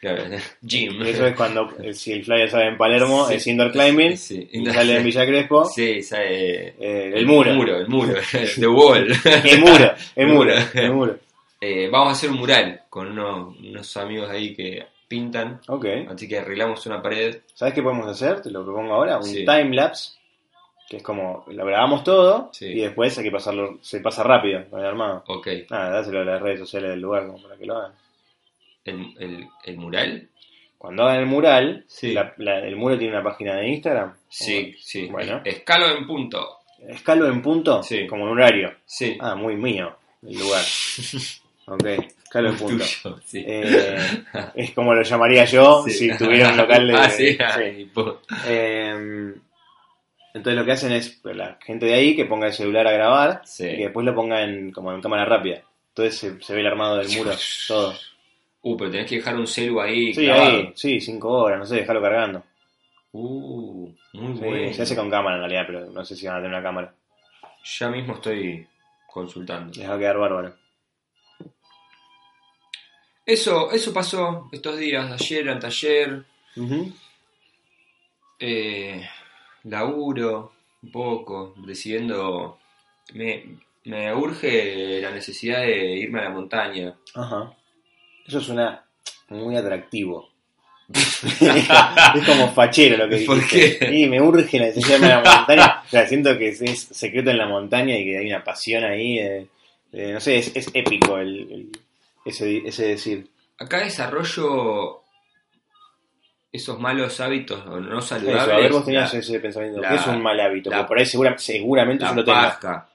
Speaker 2: claro, gym.
Speaker 1: Eso es
Speaker 2: [LAUGHS]
Speaker 1: cuando, eh, si el flyer sale en Palermo,
Speaker 2: Sí.
Speaker 1: es indoor climbing.
Speaker 2: Sí,
Speaker 1: Y sale en Villa Crespo,
Speaker 2: [LAUGHS] Sí, esa, eh,
Speaker 1: eh, el muro.
Speaker 2: El muro, el muro, [LAUGHS] the wall.
Speaker 1: [LAUGHS] El muro, el
Speaker 2: El
Speaker 1: muro,
Speaker 2: muro.
Speaker 1: el muro.
Speaker 2: Eh, vamos a hacer un mural con unos, unos amigos ahí que pintan.
Speaker 1: Ok.
Speaker 2: Así que arreglamos una pared.
Speaker 1: ¿Sabes qué podemos hacer? Te lo propongo ahora. Un
Speaker 2: Sí.
Speaker 1: time lapse. Que es como, lo grabamos todo
Speaker 2: Sí.
Speaker 1: y después hay que pasarlo, se pasa rápido con el armado.
Speaker 2: Ok.
Speaker 1: Nada, dáselo a las redes sociales del lugar como para que lo hagan.
Speaker 2: ¿El, el, el mural?
Speaker 1: Cuando hagan el mural,
Speaker 2: Sí.
Speaker 1: la- la- el muro tiene una página de Instagram.
Speaker 2: Sí, sí.
Speaker 1: Bueno.
Speaker 2: Escalo en punto.
Speaker 1: Escalo en punto,
Speaker 2: Sí.
Speaker 1: como en horario.
Speaker 2: Sí.
Speaker 1: Ah, muy mío el
Speaker 2: [LAUGHS]
Speaker 1: lugar. Ok, escalo en punto.
Speaker 2: Tuyo, sí.
Speaker 1: Eh,
Speaker 2: [LAUGHS]
Speaker 1: es como lo llamaría yo
Speaker 2: Sí.
Speaker 1: si [LAUGHS] tuviera un local de...
Speaker 2: [LAUGHS] Ah, sí.
Speaker 1: sí.
Speaker 2: Ay, po-
Speaker 1: Eh, entonces lo que hacen es pues, la gente de ahí que ponga el celular a grabar
Speaker 2: Sí.
Speaker 1: y que después lo ponga en, como en cámara rápida. Entonces se, se ve el armado del
Speaker 2: [LAUGHS]
Speaker 1: muro, todo.
Speaker 2: Uh, pero tenés que dejar un celu ahí
Speaker 1: Sí,
Speaker 2: clavado.
Speaker 1: ahí, sí, cinco horas, no sé, dejarlo cargando.
Speaker 2: Uh, muy
Speaker 1: Sí,
Speaker 2: bueno.
Speaker 1: Se hace con cámara en realidad, pero no sé si van a tener una cámara.
Speaker 2: Ya mismo estoy consultando.
Speaker 1: Les va a quedar bárbaro.
Speaker 2: Eso, eso pasó estos días, ayer, anteayer, eh, laburo, un poco, decidiendo... Me, me urge la necesidad de irme a la montaña.
Speaker 1: Ajá. Eso suena muy atractivo. [LAUGHS] es como fachero lo que
Speaker 2: ¿Por
Speaker 1: dijiste.
Speaker 2: qué?
Speaker 1: Y me urge la necesidad de irme a la montaña. O sea, siento que es, es secreto en la montaña y que hay una pasión ahí. de- de- no sé, es, es épico el, el- ese, di- ese decir.
Speaker 2: Acá desarrollo esos malos hábitos o no
Speaker 1: Eso, a ver,
Speaker 2: saludables.
Speaker 1: vos tenías
Speaker 2: la,
Speaker 1: ese pensamiento.
Speaker 2: la-
Speaker 1: ¿Qué es un mal hábito?
Speaker 2: la-
Speaker 1: Porque por ahí segura- seguramente
Speaker 2: la
Speaker 1: yo lo tengo.
Speaker 2: paja.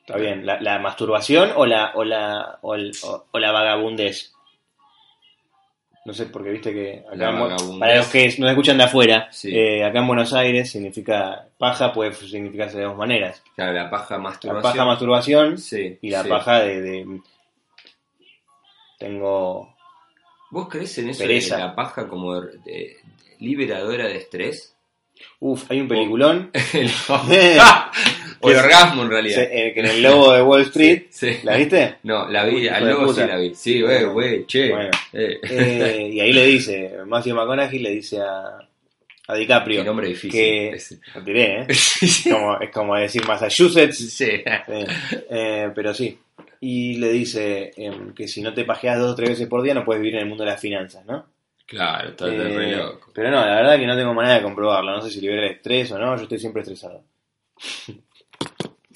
Speaker 1: Está bien. ¿La, la masturbación o la, o, la, o, el- o- o la vagabundez? No sé, porque viste que acá
Speaker 2: La
Speaker 1: en Bu-
Speaker 2: vagabundez.
Speaker 1: para los que nos escuchan de afuera,
Speaker 2: Sí.
Speaker 1: eh, acá en Buenos Aires significa paja, puede significarse de dos maneras.
Speaker 2: Claro, la paja masturbación.
Speaker 1: La paja masturbación
Speaker 2: Sí,
Speaker 1: y la
Speaker 2: sí.
Speaker 1: paja de, de- Tengo...
Speaker 2: ¿Vos crees en eso
Speaker 1: Pereza.
Speaker 2: de la paja como de- de- liberadora
Speaker 1: [LAUGHS]
Speaker 2: de estrés? [LAUGHS]
Speaker 1: Uf,
Speaker 2: Oh.
Speaker 1: hay un peliculón [LAUGHS]
Speaker 2: El- o el orgasmo en realidad.
Speaker 1: se- eh, que en el lobo de Wall Street,
Speaker 2: Sí.
Speaker 1: ¿la viste?
Speaker 2: No, la vi,
Speaker 1: Uy, hijo
Speaker 2: al
Speaker 1: de
Speaker 2: lobo sí
Speaker 1: puta.
Speaker 2: la vi. Sí, eh, güey, güey, che.
Speaker 1: Bueno.
Speaker 2: eh.
Speaker 1: Eh, y ahí le dice, Matthew McConaughey le dice a, a
Speaker 2: Qué
Speaker 1: DiCaprio.
Speaker 2: nombre difícil.
Speaker 1: que
Speaker 2: ese.
Speaker 1: lo tiré, ¿eh?
Speaker 2: sí.
Speaker 1: como, es como decir Massachusetts.
Speaker 2: [LAUGHS] Sí.
Speaker 1: Eh, eh, pero sí. Y le dice em, que si no te pajeas dos o tres veces por día no puedes vivir en el mundo de las finanzas, ¿no?
Speaker 2: Claro, está de
Speaker 1: Eh,
Speaker 2: re loco.
Speaker 1: Pero no, la verdad que no tengo manera de comprobarlo. No sé si libera el estrés o no. Yo estoy siempre estresado.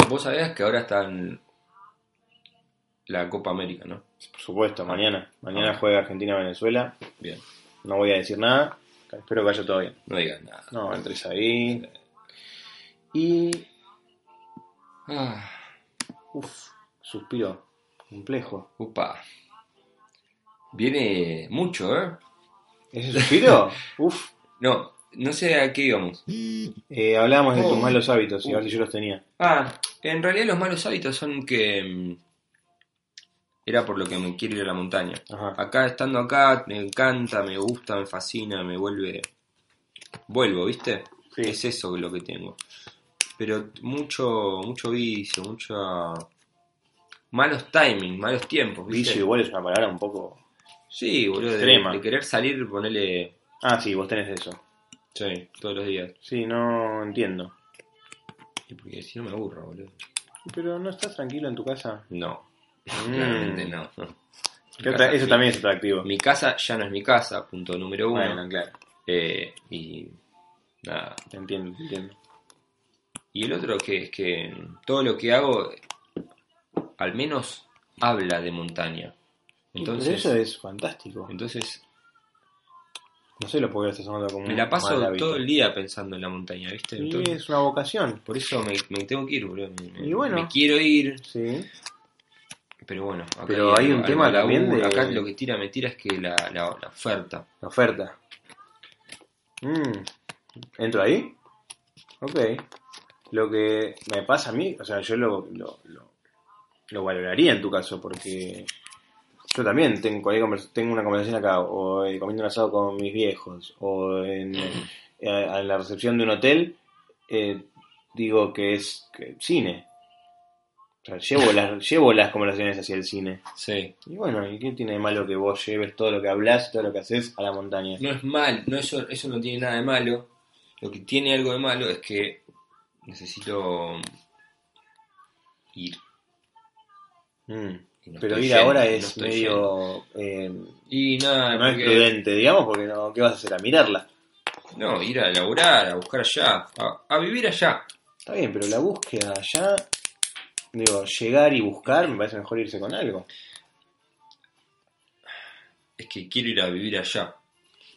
Speaker 2: Vos sabías que ahora está en la Copa América, ¿no?
Speaker 1: Por supuesto, mañana. Mañana
Speaker 2: Ah.
Speaker 1: juega Argentina-Venezuela.
Speaker 2: Bien,
Speaker 1: No voy a decir nada. Espero que vaya todo bien.
Speaker 2: no digas nada.
Speaker 1: No, entres ahí. Y.
Speaker 2: Ah,
Speaker 1: Uf, suspiro. Complejo.
Speaker 2: upa. Viene mucho, ¿eh?
Speaker 1: ¿Ese
Speaker 2: [LAUGHS]
Speaker 1: suspiro? Uf.
Speaker 2: No, no sé a qué íbamos.
Speaker 1: Eh, hablábamos de
Speaker 2: Oh.
Speaker 1: tus malos hábitos y a ver si yo los tenía.
Speaker 2: Ah, en realidad los malos hábitos son que... mm, Era por lo que me quiero ir a la montaña.
Speaker 1: Ajá.
Speaker 2: Acá, estando acá, me encanta, me gusta, me fascina, me vuelve... Vuelvo, ¿viste?
Speaker 1: Sí.
Speaker 2: Es eso lo que tengo. Pero mucho, mucho vicio, mucha... Malos timings, malos tiempos, ¿viste?
Speaker 1: Vicio igual es una palabra un poco.
Speaker 2: Sí, boludo, de,
Speaker 1: Extrema.
Speaker 2: de querer salir, ponerle...
Speaker 1: Ah, sí, vos tenés eso.
Speaker 2: Sí, todos los días.
Speaker 1: Sí, no entiendo.
Speaker 2: Y Porque si no me aburro, boludo.
Speaker 1: Pero no estás tranquilo en tu casa.
Speaker 2: No,
Speaker 1: Mm.
Speaker 2: [LAUGHS] claramente no.
Speaker 1: ¿Qué [LAUGHS] otra- Eso también es atractivo.
Speaker 2: Mi casa ya no es mi casa, punto número uno.
Speaker 1: Bueno, claro.
Speaker 2: Eh, y nada.
Speaker 1: Te entiendo, te entiendo.
Speaker 2: Y el otro que es que todo lo que hago, al menos habla de montaña.
Speaker 1: Pero
Speaker 2: Entonces,
Speaker 1: eso es fantástico.
Speaker 2: entonces
Speaker 1: No sé lo por qué lo estás tomando como
Speaker 2: me
Speaker 1: un
Speaker 2: la paso
Speaker 1: mal hábito.
Speaker 2: todo el día pensando en la montaña, ¿viste?
Speaker 1: Y
Speaker 2: Entonces,
Speaker 1: es una vocación.
Speaker 2: Por eso me, me tengo que ir, boludo. Me,
Speaker 1: Y bueno.
Speaker 2: me quiero ir,
Speaker 1: Sí.
Speaker 2: pero bueno. acá
Speaker 1: Pero hay un
Speaker 2: algo-
Speaker 1: tema
Speaker 2: algo
Speaker 1: también
Speaker 2: laburo.
Speaker 1: de-
Speaker 2: Acá lo que tira, me tira es que la, la- la oferta.
Speaker 1: La oferta. Mm. ¿Entro ahí? Ok. Lo que me pasa a mí, o sea, yo lo, lo, lo- lo valoraría en tu caso, porque yo también tengo, cualquier convers- tengo una conversación acá, o eh, comiendo un asado con mis viejos, o en, eh, a la recepción de un hotel, eh, digo que es que- cine. O sea, llevo las, llevo las conversaciones hacia el cine.
Speaker 2: Sí.
Speaker 1: Y bueno, ¿y qué tiene de malo que vos lleves todo lo que hablas, todo lo que haces a la montaña?
Speaker 2: No es mal, no eso, eso no tiene nada de malo. Lo que tiene algo de malo es que necesito ir.
Speaker 1: Mm.
Speaker 2: Y no
Speaker 1: Pero
Speaker 2: estoy
Speaker 1: ir
Speaker 2: yendo,
Speaker 1: ahora
Speaker 2: no
Speaker 1: es
Speaker 2: estoy yendo.
Speaker 1: medio... eh,
Speaker 2: Y nada,
Speaker 1: no es
Speaker 2: porque-
Speaker 1: prudente, digamos, porque no, ¿qué vas a hacer? ¿A mirarla?
Speaker 2: no, ir a laburar, a buscar allá, a, a vivir allá.
Speaker 1: Está bien, pero la búsqueda allá... Digo, llegar y buscar, me parece mejor irse con algo.
Speaker 2: Es que quiero ir a vivir allá.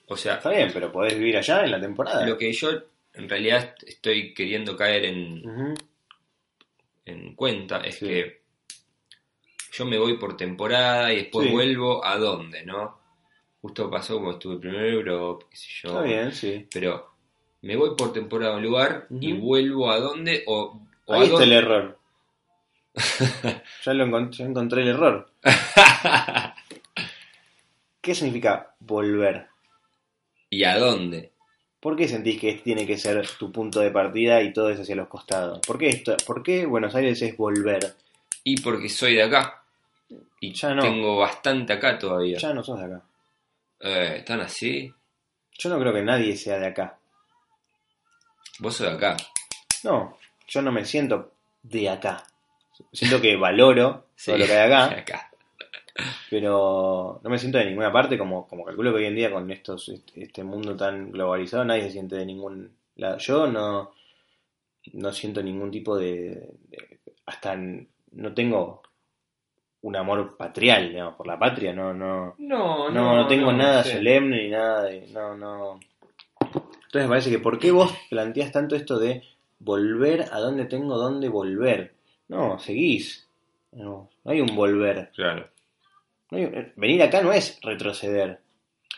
Speaker 2: O sea,
Speaker 1: Está bien, pero podés vivir allá en la temporada.
Speaker 2: lo que yo en realidad estoy queriendo caer en,
Speaker 1: Ujú.
Speaker 2: en cuenta es
Speaker 1: Sí.
Speaker 2: que yo me voy por temporada y después
Speaker 1: Sí.
Speaker 2: vuelvo a dónde, ¿no? Justo pasó como estuve primero en Europa, qué sé yo.
Speaker 1: Está bien, sí.
Speaker 2: Pero me voy por temporada a un lugar y
Speaker 1: Ujú.
Speaker 2: vuelvo a dónde o, o
Speaker 1: Ahí
Speaker 2: a
Speaker 1: está el
Speaker 2: dónde. [LAUGHS]
Speaker 1: error. ya lo encont- ya encontré el
Speaker 2: [LAUGHS]
Speaker 1: error. ¿Qué significa volver?
Speaker 2: y a dónde.
Speaker 1: ¿Por qué sentís que este tiene que ser tu punto de partida y todo es hacia los costados? ¿Por qué, esto, ¿por qué Buenos Aires es volver?
Speaker 2: Y porque soy de acá. Y
Speaker 1: Ya no.
Speaker 2: tengo bastante acá todavía.
Speaker 1: Ya no sos de acá.
Speaker 2: Eh, ¿Están así?
Speaker 1: Yo no creo que nadie sea de acá.
Speaker 2: Vos sos de acá.
Speaker 1: No, yo no me siento de acá. Siento que valoro
Speaker 2: [LAUGHS] Sí,
Speaker 1: todo lo que hay
Speaker 2: de
Speaker 1: acá,
Speaker 2: acá.
Speaker 1: pero no me siento de ninguna parte, como, como calculo que hoy en día con estos este- este mundo tan globalizado nadie se siente de ningún lado. Yo no, no siento ningún tipo de... de- hasta n- no tengo un amor patrial, digamos, por la patria, no, no...
Speaker 2: No,
Speaker 1: No, no tengo nada
Speaker 2: sé.
Speaker 1: solemne ni nada de. No, no. Entonces me parece que ¿por qué vos planteás tanto esto de volver a donde tengo dónde volver? No, seguís. No, no hay un volver.
Speaker 2: Claro.
Speaker 1: No hay un- venir acá no es retroceder.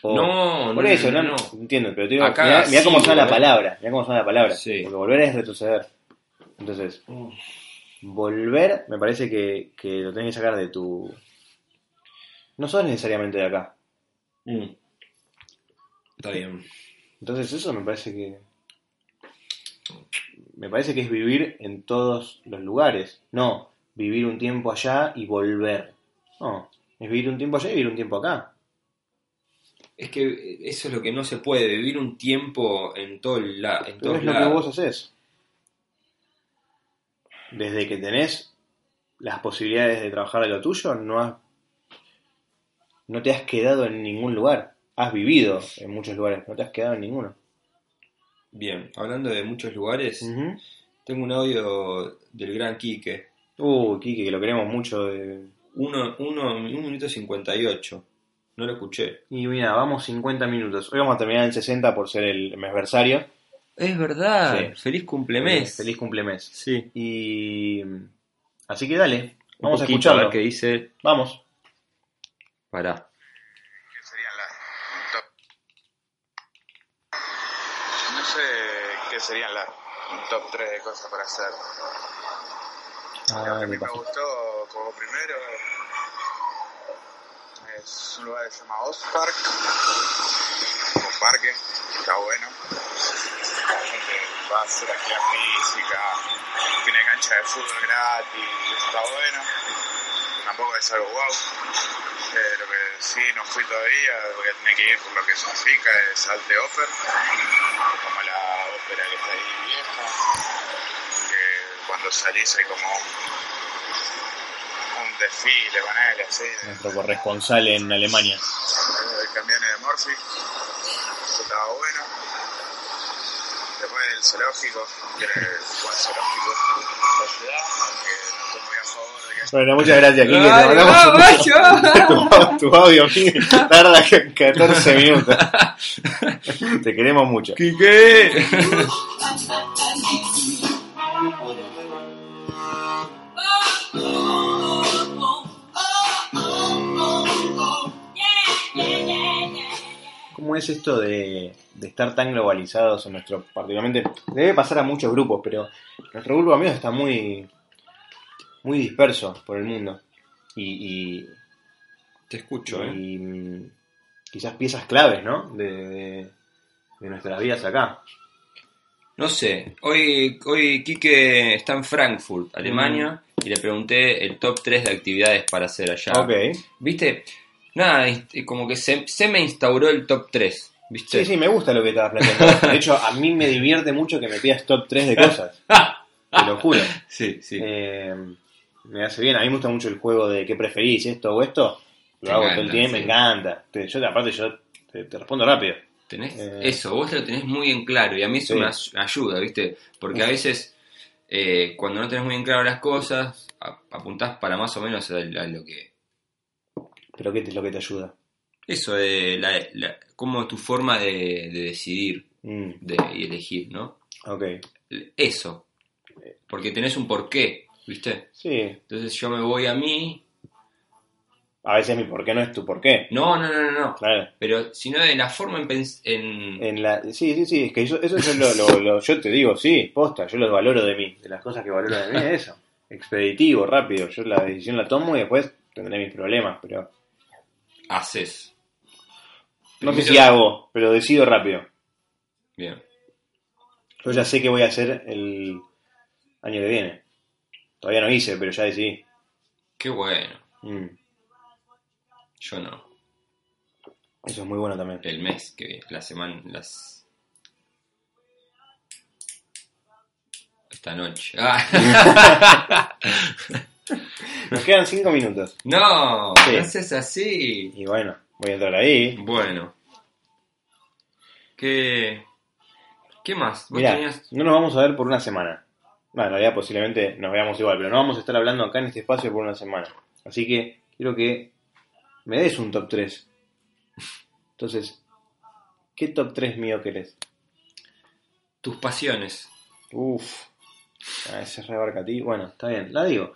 Speaker 1: O-
Speaker 2: No, no,
Speaker 1: Por eso, no,
Speaker 2: no, no.
Speaker 1: entiendo, pero te digo,
Speaker 2: Acá
Speaker 1: mirá, mirá
Speaker 2: sí,
Speaker 1: cómo suena la
Speaker 2: volver.
Speaker 1: palabra, mirá cómo suena la palabra.
Speaker 2: Sí.
Speaker 1: Porque volver es retroceder. Entonces, volver me parece que, que lo tenés que sacar de tu... No sos necesariamente de acá.
Speaker 2: Mm. Está bien.
Speaker 1: Entonces eso me parece que... Me parece que es vivir en todos los lugares. No, vivir un tiempo allá y volver. No, es vivir un tiempo allá y vivir un tiempo acá.
Speaker 2: Es que eso es lo que no se puede, vivir un tiempo en todo la,
Speaker 1: Pero
Speaker 2: en todos
Speaker 1: es lo que
Speaker 2: lados.
Speaker 1: vos haces. Desde que tenés las posibilidades de trabajar de lo tuyo, no has, no te has quedado en ningún lugar. Has vivido en muchos lugares, no te has quedado en ninguno.
Speaker 2: Bien, hablando de muchos lugares,
Speaker 1: Ujú.
Speaker 2: tengo un audio del gran Quique,
Speaker 1: Uh, Kike, que lo queremos mucho. de-
Speaker 2: uno, uno, un minuto 58. No lo escuché.
Speaker 1: Y mira, vamos 50 minutos. Hoy vamos a terminar en 60 por ser el mesversario.
Speaker 2: Es verdad,
Speaker 1: Sí.
Speaker 2: feliz cumplemes.
Speaker 1: Eh, Feliz cumplemes.
Speaker 2: Sí,
Speaker 1: Y. Así que dale,
Speaker 2: un
Speaker 1: vamos a
Speaker 2: poquito,
Speaker 1: escucharlo.
Speaker 2: ver qué dice.
Speaker 1: Vamos.
Speaker 2: Pará.
Speaker 4: serían las top. No sé qué serían las top 3 de cosas para hacer.
Speaker 1: Ah,
Speaker 4: Lo que a mí me gustó como primero es un lugar que se llama Oz Park, un parque, está bueno. La gente va a hacer actividad física, tiene cancha de fútbol gratis, está bueno. Tampoco es algo guau. Eh, lo que sí, no fui todavía, voy a tener que ir por lo que significa, es Alte Oper, como la ópera que está ahí vieja, que cuando salís hay como un, un desfile, él así, de,
Speaker 1: Nuestro corresponsal en Alemania.
Speaker 4: de camiones de Morphy, eso estaba bueno. Después del zoológico, que era el buen zoológico de la ciudad, aunque no estoy muy a favor de que
Speaker 1: Bueno, muchas gracias, Kike. Te
Speaker 2: Ay,
Speaker 1: mandamos un beso. [LAUGHS]
Speaker 2: vamos,
Speaker 1: tu, tu audio, Kike, tarda 14 minutos. Te queremos mucho.
Speaker 2: ¡Quique!
Speaker 3: Oh, oh,
Speaker 1: ¿Cómo es esto de, de estar tan globalizados en nuestro, particularmente, debe pasar a muchos grupos, pero nuestro grupo de amigos está muy, muy disperso por el mundo. Y, y,
Speaker 2: Te escucho, ¿eh?
Speaker 1: y, mm, quizás piezas claves, ¿no? De, de- de nuestras vidas acá.
Speaker 2: No sé, hoy, hoy Quique está en Frankfurt, Alemania, y le pregunté el top 3 de actividades para hacer allá.
Speaker 1: Ok.
Speaker 2: ¿Viste? Nada, este, como que se, se me instauró el top 3, ¿viste? [LAUGHS]
Speaker 1: Sí, sí, me gusta lo que estabas planteando. De hecho, a mí me divierte mucho que me pidas top 3 de cosas. Te lo juro.
Speaker 2: Ah, sí, [LAUGHS] sí.
Speaker 1: Eh, me hace bien. A mí me gusta mucho el juego de qué preferís, esto o esto. Lo
Speaker 2: Te
Speaker 1: hago
Speaker 2: encanta,
Speaker 1: todo el tiempo, me
Speaker 2: sí.
Speaker 1: encanta. Te- yo, aparte, yo te, te respondo rápido.
Speaker 2: ¿Tenés?
Speaker 1: Eh.
Speaker 2: Eso, vos lo tenés muy en claro y a mí eso
Speaker 1: Sí.
Speaker 2: me as- ayuda, ¿viste? Porque a
Speaker 1: Ujú.
Speaker 2: veces eh, cuando no tenés muy en claro las cosas, a- apuntás para más o menos a, a lo que...
Speaker 1: Pero ¿qué es lo que te ayuda?
Speaker 2: Eso de la, la- como tu forma de, de decidir
Speaker 1: Mm,
Speaker 2: de, y elegir, ¿no?
Speaker 1: ok.
Speaker 2: Eso. Porque tenés un porqué, ¿viste?
Speaker 1: Sí.
Speaker 2: Entonces yo me voy a mí...
Speaker 1: A veces mi por qué no es tu por qué.
Speaker 2: No, no, no, no, no.
Speaker 1: Claro.
Speaker 2: Pero sino de la forma en... pens- en-
Speaker 1: En la, sí, sí, sí. Es que eso, eso yo, lo, lo- lo- yo te digo, sí, posta. Yo lo valoro de mí. De las cosas que valoro de mí es eso. Expeditivo, rápido. Yo la decisión la tomo y después tendré mis problemas. Pero
Speaker 2: haces.
Speaker 1: no sé
Speaker 2: Primero-
Speaker 1: si hago, pero decido rápido.
Speaker 2: Bien.
Speaker 1: Yo ya sé qué voy a hacer el año que viene. Todavía no hice, pero ya decidí.
Speaker 2: Qué bueno.
Speaker 1: Mm,
Speaker 2: Yo no.
Speaker 1: Eso es muy bueno también.
Speaker 2: el mes que viene, la semana, las... Esta noche. Ah.
Speaker 1: Nos quedan cinco minutos.
Speaker 2: [LAUGHS] no,
Speaker 1: Sí.
Speaker 2: no haces así.
Speaker 1: Y bueno, voy a entrar ahí.
Speaker 2: Bueno. ¿Qué, qué más? Vos
Speaker 1: Mirá,
Speaker 2: tenías...
Speaker 1: no nos vamos a ver por una semana. Bueno, en realidad posiblemente nos veamos igual, pero no vamos a estar hablando acá en este espacio por una semana. Así que quiero que me des un top 3. Entonces, ¿qué top 3 mío querés?
Speaker 2: tus pasiones.
Speaker 1: Uf, ah, ese es rebarcativo. Bueno, está bien, la digo.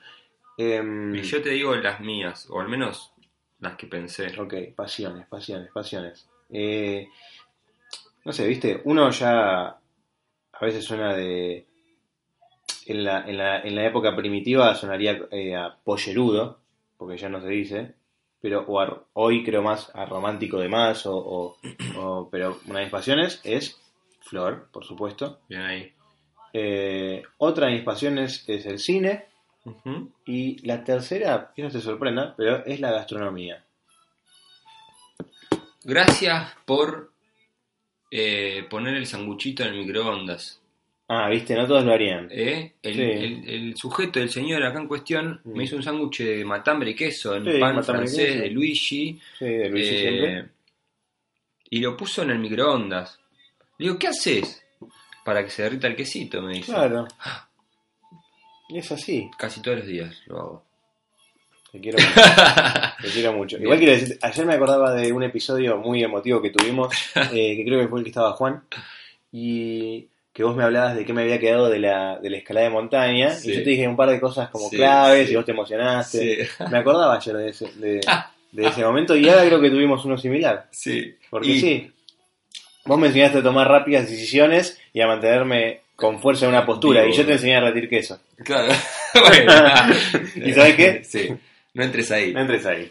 Speaker 1: Em,
Speaker 2: Y yo te digo las mías, o al menos las que pensé.
Speaker 1: Ok, pasiones, pasiones, pasiones. Eh, no sé, viste, uno ya a veces suena de... En la, en la, en la época primitiva sonaría eh, a pollerudo, porque ya no se dice, pero o a- hoy creo más a romántico de más, o, o- o- pero una de mis pasiones es flor, por supuesto.
Speaker 2: Bien ahí.
Speaker 1: Eh, otra de mis pasiones es el cine,
Speaker 2: Ujú.
Speaker 1: y la tercera, que no te sorprenda, pero es la gastronomía.
Speaker 2: Gracias por eh, poner el sanguchito en el microondas.
Speaker 1: Ah, viste, no todos lo harían.
Speaker 2: ¿eh? El,
Speaker 1: Sí.
Speaker 2: el- el sujeto, el señor acá en cuestión,
Speaker 1: Mm.
Speaker 2: me hizo un sándwich de matambre y queso en
Speaker 1: Sí,
Speaker 2: pan
Speaker 1: matambre y
Speaker 2: francés
Speaker 1: queso.
Speaker 2: de Luigi.
Speaker 1: Sí, de Luigi
Speaker 2: eh,
Speaker 1: siempre.
Speaker 2: y lo puso en el microondas. Le digo, ¿qué haces? Para que se derrita el quesito, me dice.
Speaker 1: Claro. Y es así.
Speaker 2: Casi todos los días lo
Speaker 1: [LAUGHS]
Speaker 2: hago. [LAUGHS]
Speaker 1: Te quiero mucho. Te quiero mucho. Igual quiero decir, ayer me acordaba de un episodio muy emotivo que
Speaker 2: [LAUGHS]
Speaker 1: tuvimos, eh, que creo que fue el que estaba Juan, y que vos me hablabas de qué me había quedado de la, de la escalada de montaña,
Speaker 2: Sí.
Speaker 1: y yo te dije un par de cosas como
Speaker 2: Sí,
Speaker 1: claves,
Speaker 2: sí.
Speaker 1: y vos te emocionaste.
Speaker 2: Sí,
Speaker 1: Me acordaba ayer de ese, de,
Speaker 2: Ah. [LAUGHS]
Speaker 1: de ese momento, y ahora creo que tuvimos uno similar.
Speaker 2: sí.
Speaker 1: Porque
Speaker 2: Y-
Speaker 1: sí, vos me enseñaste a tomar rápidas decisiones y a mantenerme con fuerza en una postura,
Speaker 2: Digo,
Speaker 1: y yo te enseñé a retirar queso.
Speaker 2: [LAUGHS] Claro. Bueno.
Speaker 1: ¿Y sabes qué?
Speaker 2: Sí. No entres ahí.
Speaker 1: No entres ahí.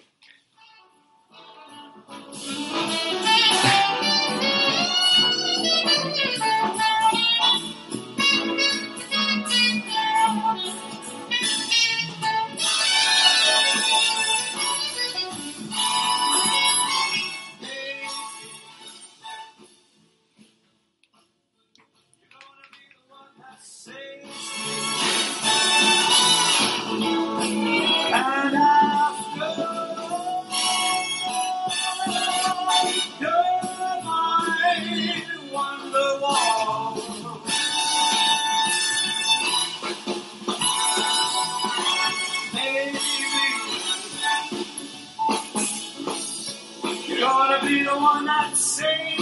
Speaker 5: You're gonna be the one that saves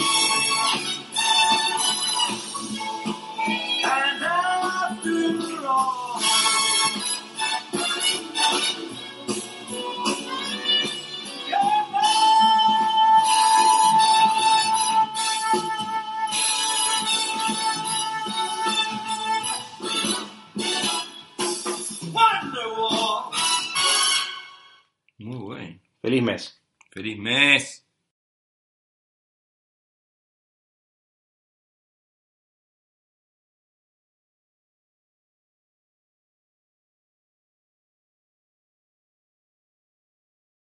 Speaker 5: me. And after all, you're mine. Wonderwall.
Speaker 2: Muy bueno.
Speaker 1: Feliz mes.
Speaker 2: Feliz mes.